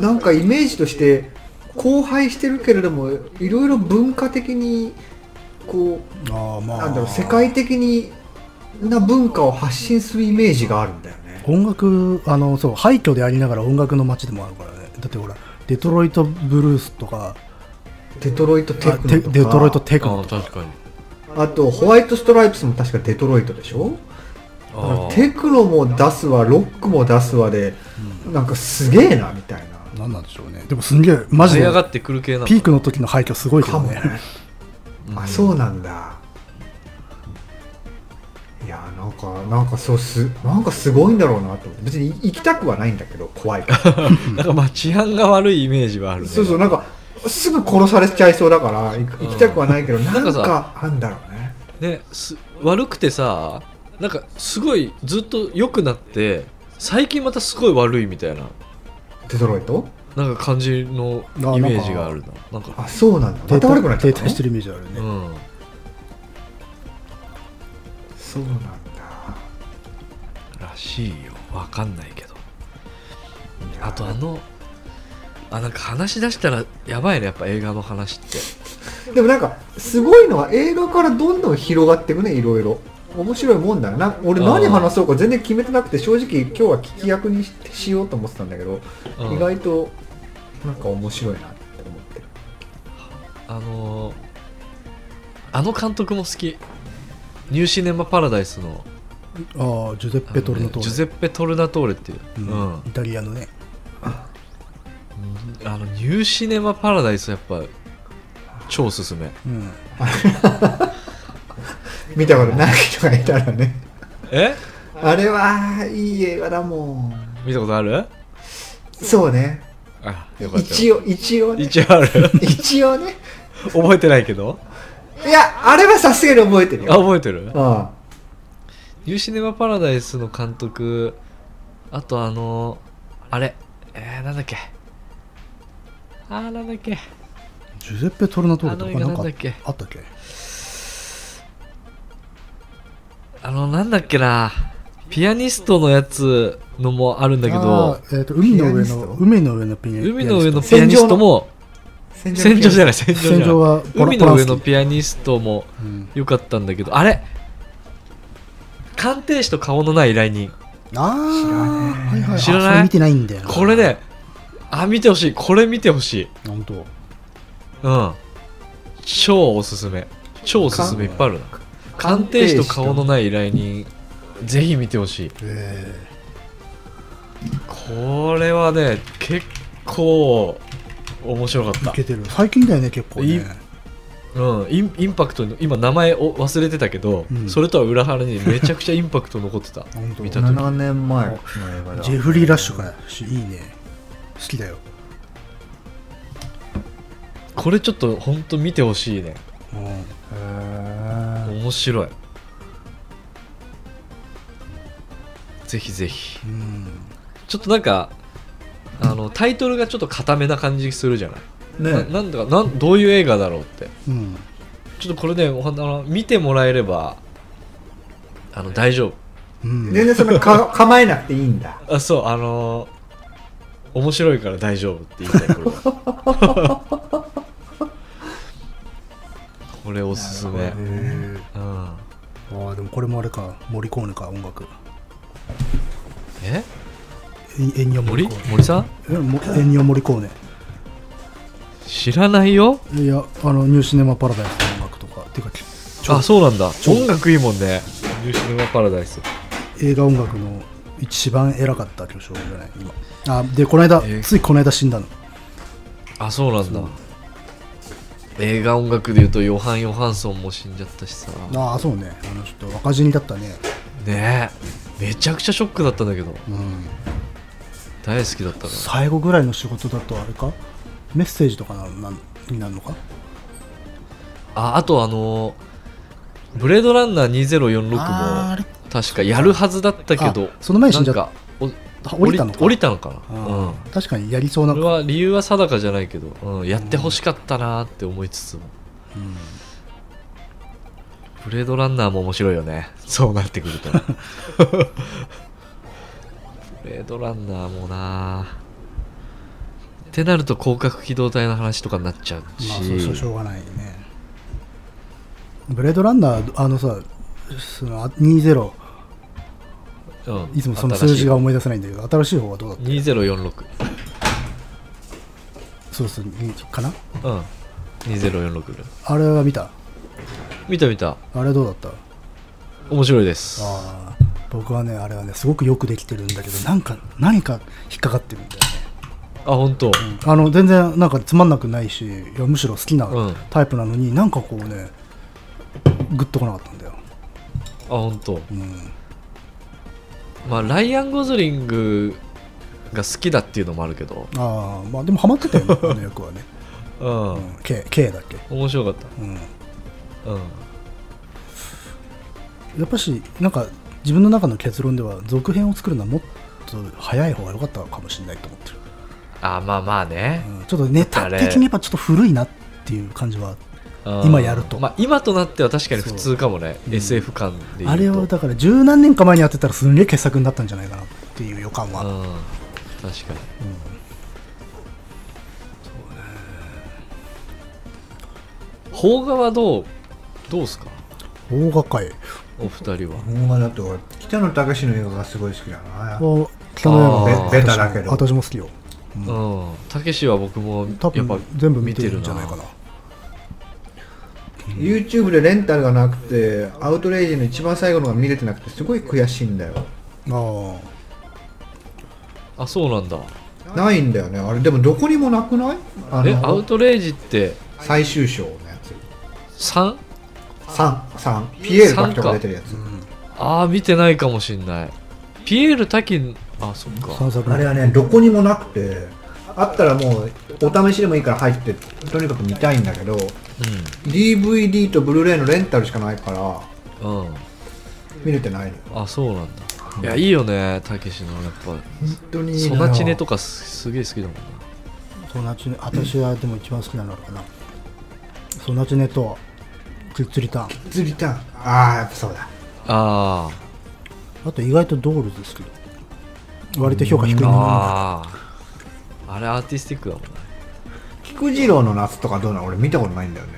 なんかイメージとして荒廃してるけれどもいろいろ文化的にこう
ああま
なんだろう世界的にな文化を発信するイメージがあるんだよね
音楽あのそう廃墟でありながら音楽の街でもあるからねだってほらデトロイトブルースとか
デトロイトテクノ
あ
とか
テデトロイトテク
あ
ノ
あ確かに
あとホワイトストライプスも確かデトロイトでしょ
あー
テクノも出すわロックも出すわで、なんかすげえなみたいな
なんなんでしょうねでもすんげえマジ
舞い
で
上がってくる系なの
ピークの時の廃墟すごいけ
か
ど
も
ね
ね、あそうなんだいやなんかなんかそうすなんかすごいんだろうなと思って別に行きたくはないんだけど怖いか
な
ら
んかまあ治安が悪いイメージはあるね
そうそうなんかすぐ殺されちゃいそうだから行く行きたくはないけど、なん
なんかさ
かあんだろうね
ねす悪くてさなんかすごいずっと良くなって最近またすごい悪いみたいな
デトロイト
なんか感じのイメージがあるななんか
あそうなんだ
停
また悪くなっちゃ
滞
っ
停
た
滞
の
してるイメージあるね、
うん
そうなんだ
らしいよわかんないけど
いや
あとあのあなんか話し出したらやばいねやっぱ映画の話って
でもなんかすごいのは映画からどんどん広がっていくねいろいろ面白いもんだなな俺何
あー
話そうか全然決めてなくて正直今日は聞き役にししようと思ってたんだけど、
うん
意外となんか面白いなって思ってる
あのーあの監督も好きニューシネマ・パラダイスの
ああジュゼッペ・トルノと
ジュゼッペ・トルナトーレっていう、
う
うんん
イタリアのね
あのニューシネマ・パラダイスやっぱ超おすすめ
うん
見たことない人がいたらね
え
あれはいい映画だもん
見たことある
そうね
あよかった
一応一応ね
一応ある
一応ね
覚えてないけど
いやあれはさすがに覚えてる
あ
よ
覚えてる
あ
ニューシネマ・パラダイスの監督あとあのあれえー、なんだっけあーなんだっけ
ジュゼッペ・トルノトーレと
あの映
か
画
な
なんだっ
ん
け
かあったっけ
あのなんだっけなピアニストのやつのもあるんだけ
あ
ど
ーえーと海の上
ピアニスト
の海の上のピアニスト
海の上のピアニストも
戦
戦場じゃない戦場じゃ
戦
ない
場はポラ
海の
ポ
上
ラ
の
ンス
ピアニストも
キーうん
良かったんだけどあれ鑑定士と顔のない依頼人
ああはいはいあ
知らない
それ見てないんだよな
これねあ見てほしいこれ見てほしい
本当
うん超おすすめ超おすすめいっぱいあるな鑑定士と顔のない依頼人ぜひ見てほしい
え
これはね結構面白かっ
えい
た
けてる最近だよね結構ね
いいうん、インインパクトの今名前を忘れてたけど、
うん
それとは裏腹にめちゃくちゃインパクト残ってた
本当
見た時
7年前の映画だ
ジェフリー・ラッシュかしいいね好きだよ
これちょっとほんと見てほしいね
うん
へー
面白いぜひぜひ
うん
ちょっとなんかあのタイトルがちょっと固めな感じするじゃない、な
ね
なんだかなんどういう映画だろうって
うん
ちょっとこれねおあの見てもらえればあの大丈
うん
全然そんなか構えなくていいんだ
夫あそうあの面白いから大丈夫って言いたいこれはこれおすすめ、
へ
うん、
えああでもこれもあれかモリコーネか音楽
え
エンニオ・モリ
森
コーネ
森さん
えもエンニオ・モリコーネ
知らないよ
いやあのニューシネマ・パラダイスの音楽とかてかきちょ
あそうなんだ
超
音楽いいもんね「ニューシネマ・パラダイス」
映画音楽の一番偉かった巨匠じゃない今あでこの間、
えー
ついこの間死んだの
あそうなんだ映画音楽でいうとヨハン・ヨハンソンも死んじゃったしさ
ああそうねあのちょっと若死にだったね
ねえめちゃくちゃショックだったんだけど
うん
大好きだったから
最後ぐらいの仕事だとあれかメッセージとかななんになるのか
ああとあのーブレードランナー2046」
あーあ
も
れ
確かやるはずだったけど
あその前に死んじゃった
なんかお
あ降りたのか
降りたのかなうん
あー確かにやりそうな
これは理由は定かじゃないけど、うん、やってほしかったなーって思いつつも、ブレードランナーも面白いよねそうなってく *laughs* るとブレードランナーもなーってなると広角機動隊の話とかになっちゃうし、
まあそうそうしょうがないねブレードランナーあのさそのあ20
うん
いつもその数字が思い出せないんだけど新しい方はどうだっ
新しい2046
たそうそういいかな
うん2046
あれは見た
見た見た
あれはどうだった
面白いです
あー僕はねあれはねすごくよくできてるんだけどなんか何か引っかかってるんだよね
あ本当、
あの全然なんかつまんなくないしいやむしろ好きな
うん
タイプなのに、なんかこうねグッとこなかったんだよ、
あ本当
うん、
まあライアン・ゴズリングが好きだっていうのもあるけど
ああまあでもハマってたよねあの役はね、
うん、
うん、K, K だっけ、
面白かっ
うん、や
たうん
っぱしなんか自分の中の結論では続編を作るのはもっと早い方が良かったかもしれないと思ってる、
あまあまあね、
うん、ちょっとネタ的にやっぱちょっと古いなっていう感じは
うん
今やると
まあ、今となっては確かに普通かもね、
そう
SF 感で言うと
あれをだから十何年か前にやってたらすんげえ傑作になったんじゃないかなっていう予感は、
うん確かに邦画はどうどうっすか
うん、大掛かり
お二人は
邦画だと俺北野武の映画がすごい好きだな
は北の山
あー
ベベタだけど
私も好きよ
うんたけしは僕も
多
や
分
っぱ
全部見てるんじゃないかな
YouTube でレンタルがなくてアウトレイジの一番最後のが見れてなくてすごい悔しいんだよ
あ
あそうなんだ
ないんだよねあれでもどこにもなくないあ
えアウ
の
トレイジって
最終章のやつ
3?
33ピエール滝とか出てるやつ
ああ見てないかもしんないピエール滝あそっ
あ
か
散策
あれはねどこにもなくてあったらもうお試しでもいいから入ってとにかく見たいんだけど DVD とブルーレイのレンタルしかないから
うんうん
見れてないのよ
あそうなんだいやいいよねたけしのやっぱ
本当にいい
ソ
のよ
ナチネとかすすげえ好きだもんな
ソナチネ私はでも一番好きなのあるかなソナチネとクイックリターン
釣りたああやっぱそうだ
あー
あと意外とドールズ好き割と評価低いの
あああれアーティスティックだもんね
菊次郎の夏とかどうなの俺見たことないんだよね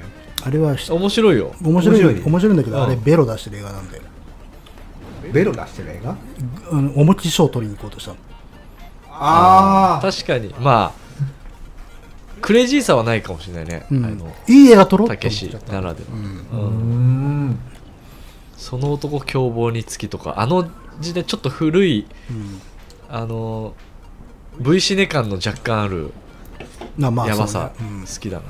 あれはし
面白いよ
面白い
面
面
白い
白いんだけ
うん
どあれベロ出してる映画なんで
ベロ出してる映画
あのお餅賞取りに行こうとしたの
ああ
確かにまあクレイジーさはないかもしれないね、
うん
あの
いい映画撮ろうと
た
思
け
っ
し
ちゃった
ならでは、
うん
う
うんん
その男凶暴につきとかあの時代ちょっと古い
うん
あの V シネ感の若干ある
なまあ
や
そう
ばさ
ね、うん
好きだな、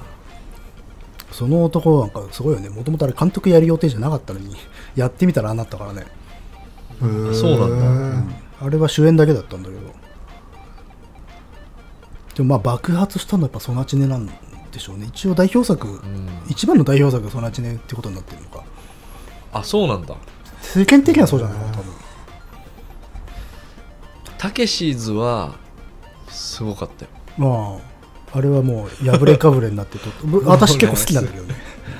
その男なんかすごいよねもともとあれ監督やる予定じゃなかったのに *laughs* やってみたらああなったからね、
そうなん
だ
あれは主演だけだったんだけどでもまあ爆発したのはやっぱソナチネなんでしょうね一応代表作、
うん
一番の代表作がソナチネってことになってるのか
あそうなんだ
世間的にはそうじゃないの多分
たけしーズはすごかったよ
まああれはもう破れかぶれになってと
*laughs*
ぶ私結構好きなんだけどね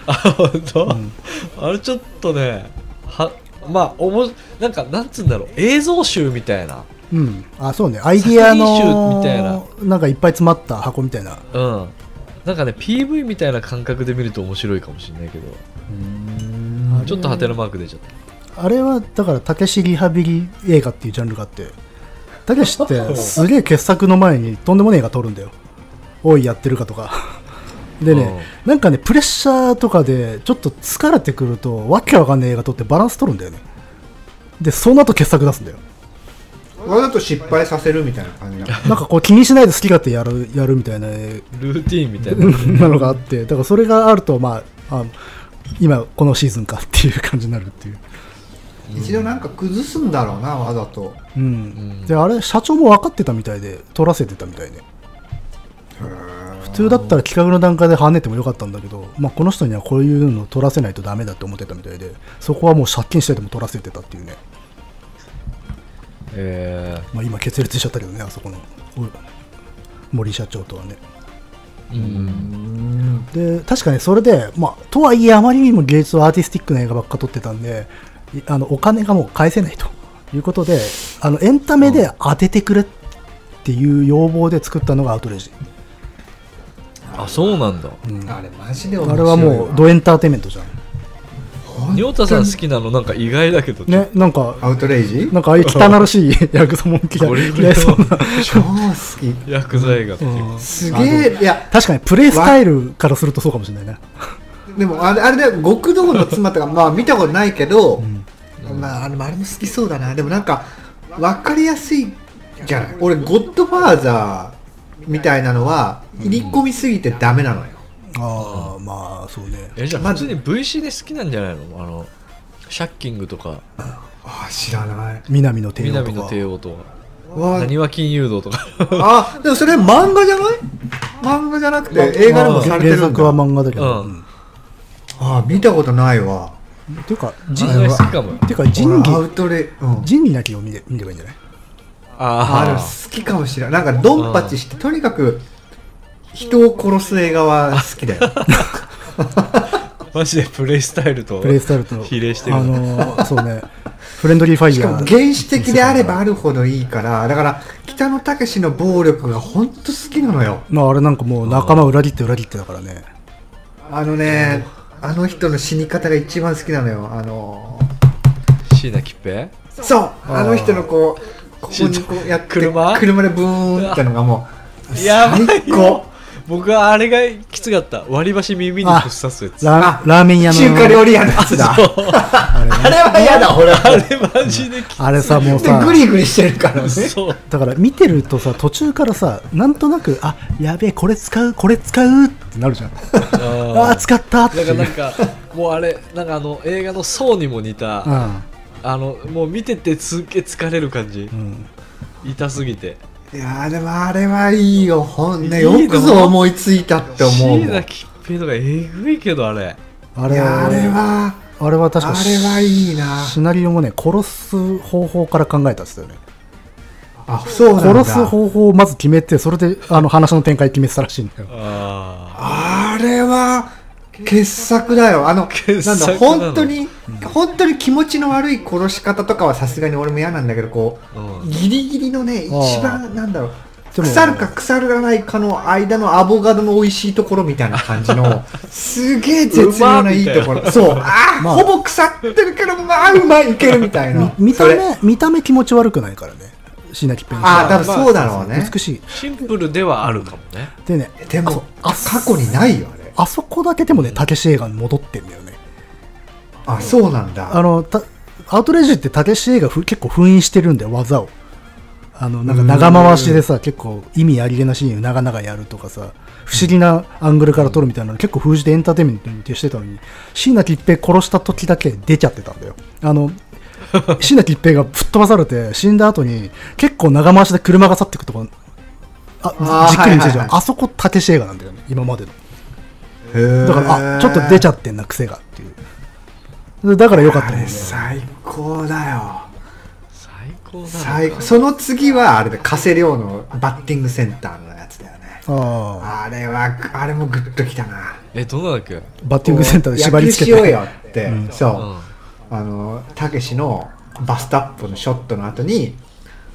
あ本当、
ん
あれちょっとねはまあおもなんかなんつうんだろう映像集みたいな
うんあそうねアイディア
作品集みたい
の
な
なんかいっぱい詰まった箱みたいな
うんなんかね PV みたいな感覚で見ると面白いかもしれないけどちょっとハテナマーク出ちゃった
あれはだからたけしリハビリ映画っていうジャンルがあってたけし
*laughs*
ってすげえ傑作の前にとんでもねえ映画撮るんだよ「おいやってるか」と
*laughs*
かでねなんかねプレッシャーとかでちょっと疲れてくるとわけわかんない映画撮ってバランス取るんだよねでその後傑作出すんだよ
わざと失敗させるみたいな感じなの
なんかこう気にしないで好き勝手やるやるみたいな映
ルーティーンみたいな
画 *laughs* なのがあってだからそれがあるとまああ今このシーズンかっていう感じになるっていう
一度なんか崩すんだろうなわざと
うん、
ん
であれ社長も分かってたみたいで撮らせてたみたいで普通だったら企画の段階で跳ねてもよかったんだけど、まあ、この人にはこういうの撮らせないとダメだって思ってたみたいでそこはもう借金してでも撮らせてたっていうね
え
まあ、今決裂しちゃったけどねあそこのお森社長とはね
ー、うん
で確かにそれで、まあ、とはいえあまりにも芸術はアーティスティックな映画ばっか撮ってたんでいあのお金がもう返せないということであのエンタメで当ててくれっていう要望で作ったのがアウトレイジ、
あそうなんだ
うん、あ
あれマジで面白い
れはもうドエンターテインメントじゃん
仁太さん好きなのなんか意外だけど
ねなんか
アウトレイジ
なんかああいう汚らしい *laughs* ヤクザもんきが
ゴリゴリ
嫌い
*laughs*
そうな
超好き
ヤクザ映画っていう
うん
すげえいや
確かにプレイスタイルからするとそうかもしれないね
でもあれあれだよ極道の妻とかまあ見たことないけど、
ん
まああれもあれも好きそうだなでもなんか分かりやすいじゃない俺ゴッドファーザーみたいなのは入り込みすぎてダメなのよ、
ああまあそうね
えじゃあ
ま
普
ず
通に VC で好きなんじゃないのあのシャッキングとか
ああ知らない
南の帝王
南
と
の
か
帝王とか
わ
何は金融道とか
あでもそれ漫画じゃない漫画じゃなくて映画でもされて
原
るん
作
だ
は漫画だけど、
うん
うん
ああ見たことないわ
っていうか
人
仁
が好きかも
っていうか仁
俺アウ
義
トレイ、うん、
仁義なきを見れ見ればいいんじゃない
あでも
あ
好きかもしれないなんかドンパチしてとにかく人を殺す映画は好きだ *laughs* よ
あマジでプレイスタイルと
プレイスタイルと
比例してる
あのーそう
*laughs*
ねフレンドリーファイ
しかも
ヤー
原始的であればあるほどいいからだから北野武の暴力が本当好きなのよ
まああれなんかもう仲間裏切って裏切ってだからね
あのねあの人の死に方が一番好きなのよあの
椎名桔平
そうあの人のこうここにこうやって
車
車でブーンってのがもう
やばいよ
最高
僕はあれがきつかった割り箸耳にぶっ刺すやつ
ラ
あ
ラーメン屋の
中華料理屋のやつだ
あれね
あれは嫌だ俺
あれマジでき
あれさもうさ
でグリグリしてるからね
つそう
だから見てるとさ途中からさなんとなくあやべえこれ使うこれ使うってなるじゃ
*laughs*
んあ
あ
あ使ったって
だ
いう
からなんかもうあれなんかあの映画の層にも似た、あのもう見ててすっげえ疲れる感じ
うんうん
痛すぎて
いやーでもあれはいいよ本音
いいの
よくぞ思いついたって思うも
椎
んい
名
や
桔平とかえぐいけどあれ
あれは
あれは
あれは確か
あれはいいな
シナリオもね殺す方法から考えたっつったよね
あそうなんだ
殺す方法をまず決めてそれであの話の展開決めてたらしいんだよ
あ
あれは傑作だよあの
傑作
なんだ
なの
本当に本当に気持ちの悪い殺し方とかはさすがに俺も嫌なんだけどこ
あ、う、
うんギリギリのね一
あー
番なんだろう
でも
腐るか腐らないかの間のアボガドの美味しいところみたいな感
*laughs*
じのすげえ絶妙ないいとこ
うまみたい
ろそうあー、
まあ
ほぼ腐ってるけどまあうまいいけるみたいな
み見た
それ
目見た目気持ち悪くないからねシナキペン
ああ多分そうだろうね、
美しい
シンプルではあるかもね
でね
でも
あ
過去にないよあれ
あそこだけでもねたけし映画に戻ってんだよね
あそうなんだ
あのたアウトレイジってたけし映画ふ結構封印してるんだよ技をあのなんか長回しでさ結構意味ありげなシーンを長々やるとかさ不思議なアングルから撮るみたいなの結構封じでエンターテインメントに徹してたのに椎名桔平殺した時だけ出ちゃってたんだよあの *laughs* 椎名桔平が吹っ飛ばされて死んだ後に結構長回しで車が去ってくとこあ
あー
じっくり見せるじゃん、
はいはいはい
あそこたけし映画なんだよね今までの
へー
だからあちょっと出ちゃってんな癖がっていうだからよかった
あ
もん
れ
ね
最高だよ
最高だ
最高その次はあれで加瀬亮のバッティングセンターのやつだよね
ああ
あれはあれもグッときたな
えどんなだっけ、うん、
バッティングセンターで縛り付け
野球しよ
て
うよって、そう、あのたけしのバストアップのショットの後に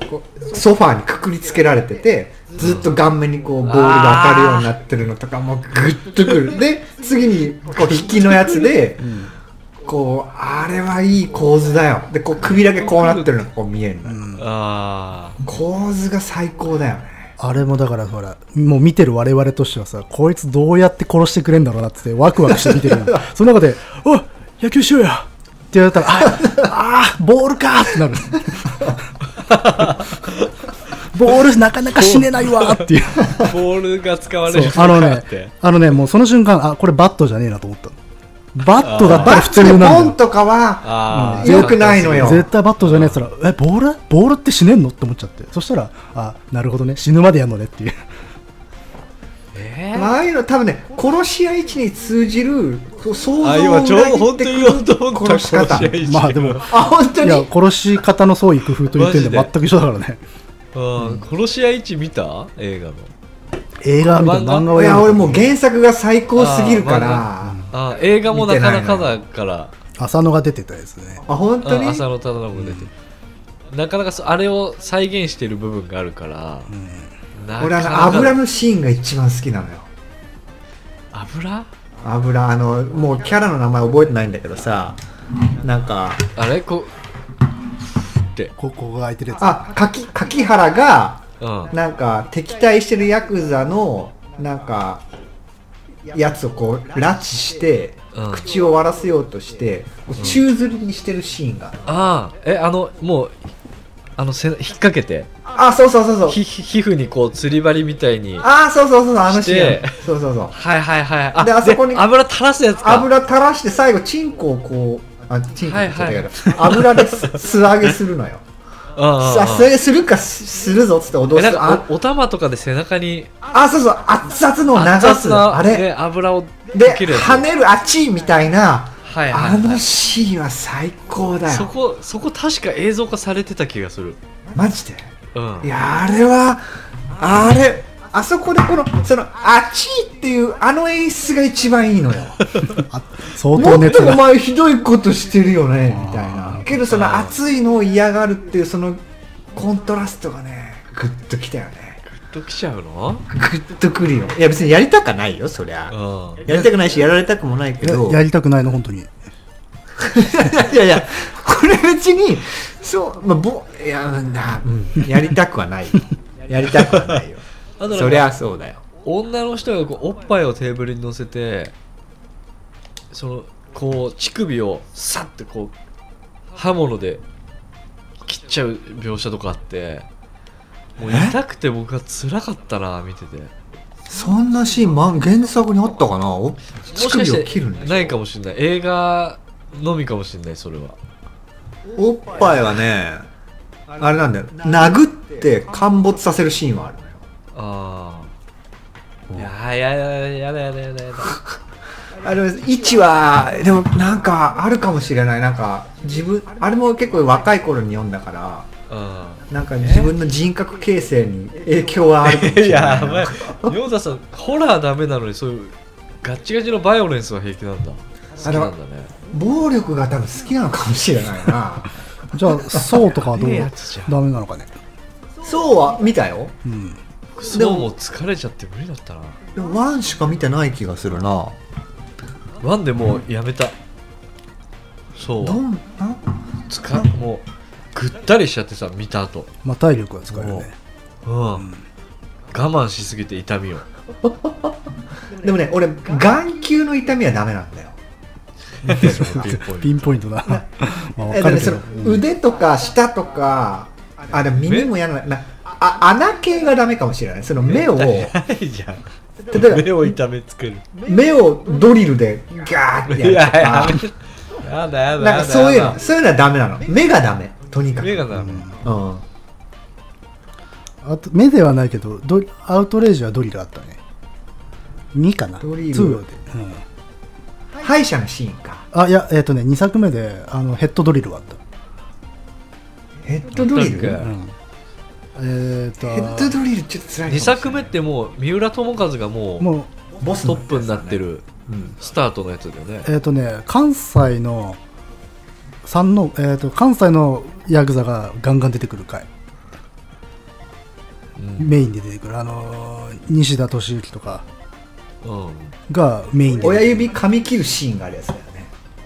こうソファーにくくりつけられててずっと顔面にこうボールが当たるようになってるのとかもうグッとくるで次にこう引きのやつで、こうあれはいい構図だよでこう首だけこうなってるのがこう見えるのよ、
あ
構図が最高だよね
あれもだからほらもう見てる我々としてはさこいつどうやって殺してくれんだろうなっつってワクワクして見てるのその中で「おい野球しようや」って言われたら「ああーボールか!」ってなるボールなかなか死ねないわーっていう
あボールが使われ
そう
る
あの
だ
ね
って
あのねもうその瞬間あこれバットじゃねえなと思ったのバットだったら
バ
普
ット
通
で
にな
ポ
る
ンとかは
ああ
うん良くないのよ
絶対バットじゃねえっつったら「えボールボールって死ねんの?」って思っちゃってそしたら「あなるほどね死ぬまでやんのね」っていう
えね
まあああいうの多分ね殺し合い地に通じるそう想像
あ今ちょうど本当に言おうと思った
殺し方
殺し合い
まあでも
あ本当
い
に
や殺し方の創意工夫という点で
マ
全
ジで
く一緒だからね
あー殺し合い地見た映画の
映画みたいな
漫
漫
画
画はい映画
や俺もう原作が最高すぎるから
ああ映画もなかなかだから
浅野が出てたやつね
あ本当
うん
に
浅野忠信出て、なかなかそあれを再現してる部分があるから、なか
俺
な
あ
か
の油のシーンが一番好きなのよ
油
油あのもうキャラの名前覚えてないんだけどさなんか
あれこって
こここが開いてるやつ
あ柿柿原が
うん
なんか敵対してるヤクザのなんかやつをこう拉致して、
うん
口を割らせようとして宙吊りにしてるシーンがある、
ああえあのもうあのせ引っ掛けて
あそうそうそうそう
ひ皮膚にこう釣り針みたいには
あそうそうそうそうあのシー
し
ン
て
そうそうそう
いはいはいあ
であそこに
で油垂らすやつか
油垂らして最後チンコをこうあチンコって言っちゃったけど、油です素揚げするのよさ素
*laughs* あ
揚げするかすするぞっつって脅
えな
す
ん
あ
かおお玉とかで背中に
あそうそう熱々のを流
熱
す
々な
あれ
ね油を
で
かけるやつ
跳ねるあっちみたいな
はいはい
あ
はい
のシーンは最高だ
そ
よ
こそこ確か映像化されてた気がする
マジで
うん
いやあれはあれあそこでこのそのあっちっていうあの演出が一番いいのよ
あ相
も
当
っ
熱
とお
が
前ひどいことしてるよねみたいなけどその熱いのを嫌がるっていうそのコントラストがねグッときたよね
どっときちゃうの
グッとくるよいや別にやりたくはないよそりゃ
うん
やりたくないしやられたくもないけ
や
ど
やりたくないの本当に
*laughs* いやいや、これ別に、そう、まあ、ぼ、いや、な、うん、やりたくはないよ。やりたくは *laughs* ないよ。
あと
そ
なん
り
か
ゃそうだよ。
女の人がこうおっぱいをテーブルに乗せてそのこう乳首をさってこう刃物で切っちゃう描写とかあってもう
え
痛くて僕は辛かったな見てても
そんなシーン、ま、原作にあったかなお乳
しか
首を
し
切
て
るんでしょ
ないかもしれない映画のみかもしれないそれは
おっぱいはね、あれなんだよ。殴って陥没させるシーンはあるのよ。
ああいやーやだやだやだやだやだ
あれ、位置は、でもなんかあるかもしれない。なんか、自分、あれも結構若い頃に読んだから、
あ
なんか自分の人格形成に影響はあるかもし
ーい
れない
や
な。
お前ヨーダさんホラーダメなのにそういうガッチガチのバイオレンスは平気なんだ好きなんだね
暴力が多分好きなのかもしれないな
じゃあそうとかはどう
ええやつじゃん
ダメなのかね
そうは見たよ
うん
そうもう疲れちゃって無理だったな
でもワンしか見てない気がするな
ワンでもうやめた、そう
どんな
つかもうぐったりしちゃってさ見た後
まあ体力は使えるね
うん、我慢しすぎて痛みを
でもね俺眼球の痛みはダメなんだよ
ピンポイントだ *laughs* まあ分
えだ
か
ね
るけ
そ
ど
の腕とか舌とかあでも耳もやらないなあ穴系がダメかもしれないその目を例
ないじゃん
えば
*laughs* 目を痛めつける
目をドリルでガーッ
い
てやるとか
ややだやだ
な
や
ん
だ
かそういう
やだ
のそういうのはダメなの目がダメとにかく
目がダメ
うん
あと目ではないけどドリアウトレイジはドリルあったね2かな
ドリル
2で、うん、
歯医者のシーンか
あいやえっ、とね2作目であのヘッドドリルがあった
ヘッドドリル
なんか
えっ、と
ヘッドドリルちょっと辛いかもしれない
2作目ってもう三浦友和がもう
もう
ボス
ト
の
ップになってるスタートのやつだよね、
えっ、とね関西の三の、えー、と関西のヤクザがガンガン出てくる回
うん
メインで出てくるあのー西田敏行とか
うん、
がメインで
親指噛み切るシーンがあるやつだよね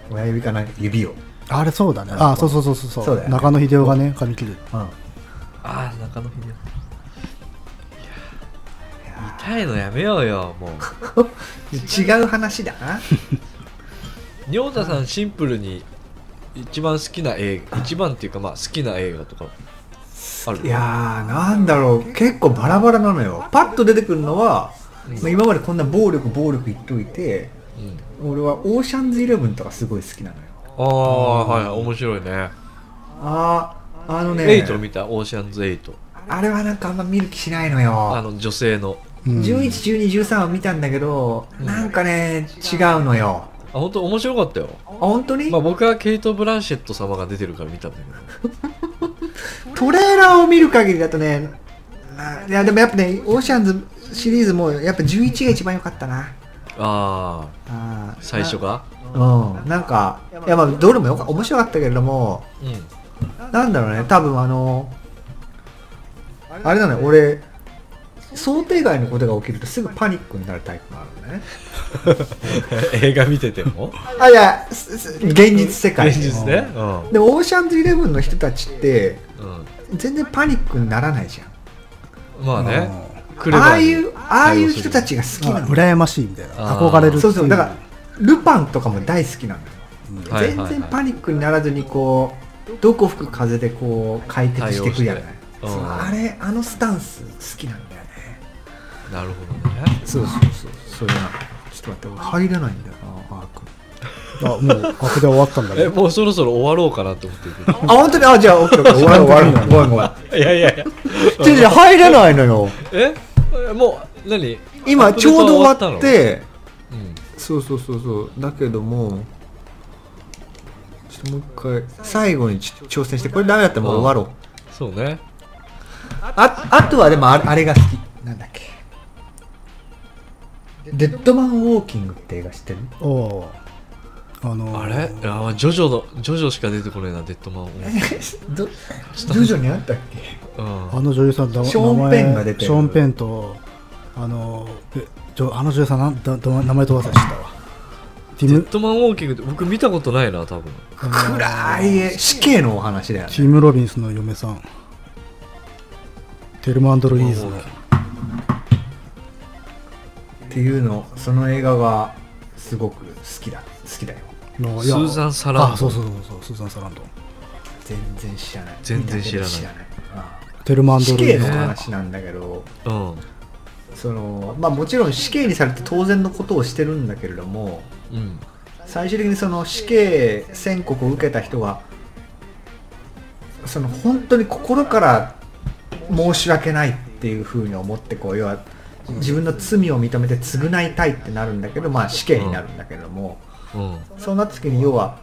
親指かな指を、
あれそうだねあそうそうそうそう
そうだよね
中野秀夫がね髪切る
うん、
ああ中野秀夫いやー痛いのやめようよ *laughs* もう
違う話だな
仁太さんシンプルに一番好きな映画一番っていうかまあ好きな映画とかある
いやーなんだろう結構バラバラなのよパッと出てくるのは、まあ今までこんな暴力暴力言っといて
うん、
俺はオーシャンズイレブンとかすごい好きなのよ
ああはい面白いね
あーあのね
エイト見たオーシャンズエイト
あれはなんかあんま見る気しないの
あ
よ
の女性の
うん
11、12、13は見たんだけど、
うん
なんかね、違うのよ。
あ本当面白かったよ、
あ本当に、
まあ、僕はケイト・ブランシェット様が出てるから見たんだけど
トレーラーを見る限りだとね、ないやでもやっぱね、オーシャンズシリーズもやっぱ11が一番良かったな。
ああ
あー
最初が
うん、なんか、いやまあ、どれもよか面白かったけれども、
うん
なんだろうね、多分あの、あれなのよ、俺、想定外のことが起きるとすぐパニックになるタイプなのね。
*laughs* 映画見てても
あ、いや、すす現実世界。
現実ねうん
うん。でも、オーシャンズイレブンの人たちって、
う
全然パニックにならないじゃん。
んまあねクレ
あ
バ
あ
ーに
いう、ああいう人たちが好きな
あ
の。
羨ましいみたいな
あー
憧れるってい
そうそう、だから、ルパンとかも大好きなのよ。
はいはい
全
はい
然パニックにならずにこうどこ吹く風でこう解決していくじゃない
対応して
そう
うん
あれあのスタンス好きなんだよね
なるほどね
そうそうそうそれなちょっと待って入らないんだよなあ
あもうここで終わったんだ
え
ね
もうそろそろ終わろうかなと思ってるけ
本当にあじゃあ OK 終わる終わるごめんごめん
どいやい *laughs* やいや
違う違う入れないのよ
ええもう何
今ちょうど終わっ
アップデー
て
トは終わったの
そうそうそうそうだけどもちょっともう一回最後にち挑戦してこれダメだったらもう終わろう
うんそうね
ああとはでもあれあれが好きなんだっけデッドマンウォーキングって映画知ってる
おおあのー
あれあージョジョのジョジョしか出てこないなデッドマンを
*laughs* ど徐々にあったっ
うん
あの女優さんだ
ショーン
名前
ペンが出てる
ショーンペンとあのーえちょあの女優さんなんだど名前飛ばされちゃったわティ
デ
ム
ッドマンウォーキングって僕見たことないな多分
け暗い絵死刑のお話だよね
ティム・ロビンスの嫁さんテルマンドルイーズの
っていうのその映画がすごく好きだ好きだよ
の
スーザンサランドン
あそうそうそうそうスーザン・サランドン
全然知らない
全然知らない
見たけど知らない
テルマ
うん
ンド
死
ルイ
刑
ー
の
ズ
お
の
話なんだけど
うん
そのまあもちろん死刑にされて当然のことをしてるんだけれども
うん
最終的にその死刑宣告を受けた人がその本当に心から申し訳ないっていうふうに思ってこう要は自分の罪を認めて償いたいってなるんだけどまあ死刑になるんだけれども、
うん
そうなった時に要は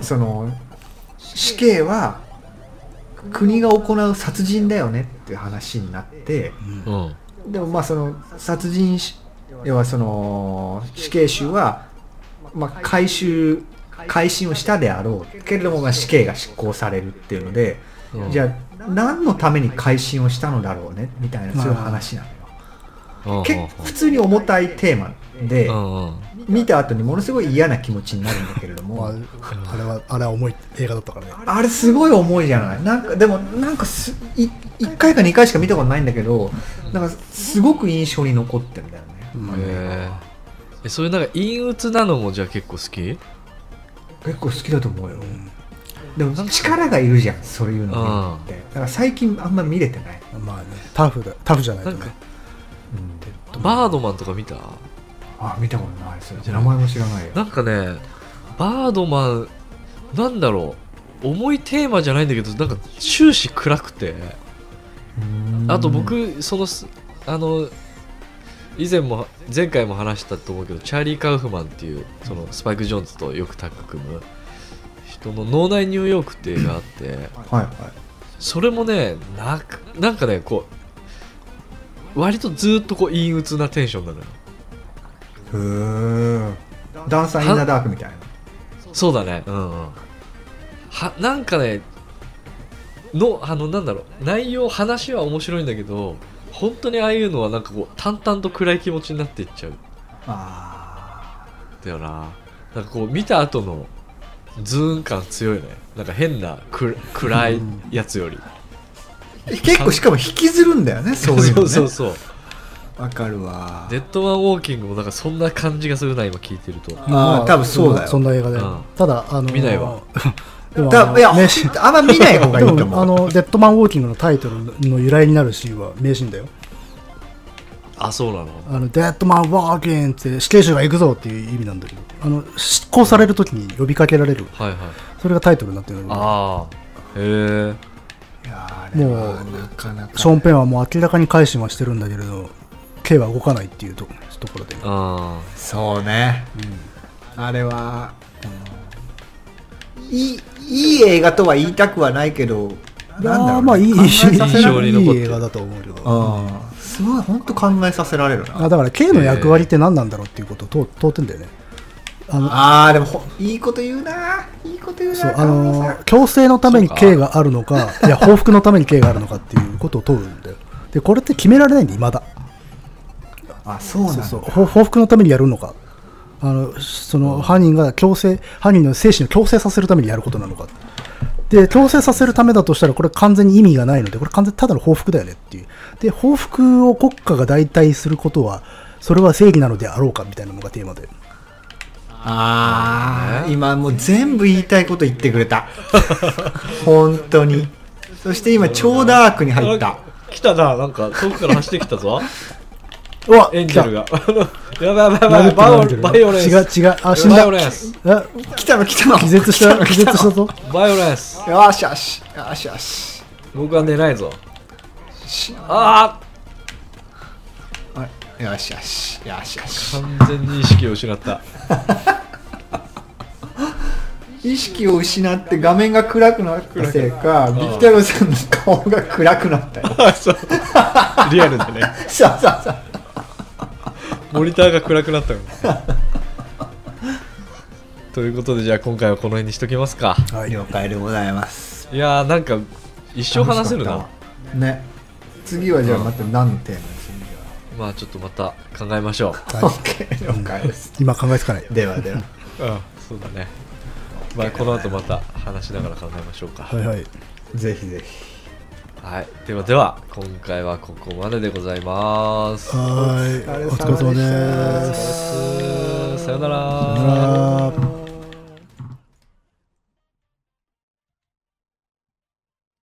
その死刑は国が行う殺人だよねっていう話になって。
うん
でもまあその殺人し要はその死刑囚は、まあ、回収改心をしたであろうけれどもまあ死刑が執行されるっていうので、
うん
じゃあ何のために改心をしたのだろうねみたいなそういう話なのよ、
うん
結構普通に重たいテーマで、
うんうん
見た後にものすごい嫌な気持ちになるんだけれど
あ
も
あれはあれは重い映画だったからね
あれすごい重いじゃないなんかでもなんかすい1回か2回しか見たことないんだけどなんかすごく印象に残ってるんだよね、
うん
へーえそういうなんか陰鬱なのもじゃあ結構好き
結構好きだと思うよ、でも力がいるじゃんそういうのってだから最近あんま見れてない、
まあねタフだタフじゃないと
なん
ね
かバードマンとか見た
あ見たことないそれ名前も知らないよ
なんかねバードマンなんだろう重いテーマじゃないんだけどなんか終始暗くてあと僕そのすあの以前も前回も話したと思うけどチャーリー・カウフマンっていうそのスパイク・ジョーンズとよくタッグ組む人の「脳内ニューヨーク」っていう映画あって
はいはい
それもねなくなんかねこう割とずーっとこう陰鬱なテンションなのよ
へえダンサーインナーダークみたいな
そうだねうんうんはなんかねのあのなんだろう内容話は面白いんだけど本当にああいうのはなんかこう淡々と暗い気持ちになっていっちゃうん
あ
だよななんかこう見た後のズーン感強いねなんか変なく暗いやつより、
ー結構しかも引きずるんだよねそういうの、
そうそ
ね、
うそう
わかるわ
デッドマンウォーキングもなんかそんな感じがするな今聞いてると
あー多分そうだよ
そんな映画で、
うん
ただあのー
見ないわ
*laughs* でもあ
だ
の
いや、
名シーン
あんま見ない方がいいと
でもあ
思う
のデッドマンウォーキングのタイトルの由来になるシーンは名シーンだよ
あそうなの
あのデッドマンウォーキングって死刑囚が行くぞっていう意味なんだけどあの執行されるときに呼びかけられる
はいはい
それがタイトルになってるの
ああへえ
いやーあれは
もう
なかなか
ショーン・ペンはもう明らかに改心はしてるんだけれど K は動かないっていうとところで、
あ
そうね、あれはうんいいいい映画とは言いたくはないけどなんだろう
ま
ね、
あまあいいいい
考えさせ
印
ら
象
れる
に残っ
い
てる
い映画だと思うよ
ああすごい本当考えさせられるな
あだから K の役割って何なんだろうっていうことを問問うてんだよねあの
あーでもほいいこと言うないいこと言うな
そうあ
河村
の
さん
ー強制のために
そうか
K があるのかいや報復のために K があるのかっていうことを問うんだよでこれって決められないんでいまだ
あそうなん
そう
だ
そう報報復のためにやるのかあのその犯人が強制犯人の精神を強制させるためにやることなのかで強制させるためだとしたらこれ完全に意味がないのでこれ完全にただの報復だよねっていうで報復を国家が代替することはそれは正義なのであろうかみたいなのがテーマで
ああ、
ね
今もう全部言いたいこと言ってく
*laughs*
れた本当にそして今超ダークに
あ
入った
来たななんか遠くから走ってきたぞ *laughs*
うわ
エンジェルがあのやばいやばいやばいバ
殴って
イオ
る
バイオレン
違う
ス
違うあ死んだ
バイオレンス
あ
来たの来たの
気絶し
来
た
の
気
来
絶
の
した
*laughs*
ぞ
バイオレンス
よしよしよしよし
僕は寝ないぞ
し
ああ
あれよしよしよしよし
完全に意識を失 *laughs* った
意識を失って画面が暗くなったせいかビクタロさんの顔が暗くなったよ
あそうリアルでね
そうそうそう
モニターが暗くなったからということでじゃあ今回はこの辺にしときますか
はい
了解でございます
いやーなんか一生話せるな
楽しかったわね次はじゃあまた何のテーマにするんだ
まあちょっとまた考えましょ
ろう OK 了解です
今考えつかない
ではでは
ううんそうだねまあこの後また話しながら考えましょうか
はいはい
ぜひぜひ
はい、ではでは今回はここまででございます。
はーいお疲れ様で
お疲れ様でした
す
さよなら。
さよなら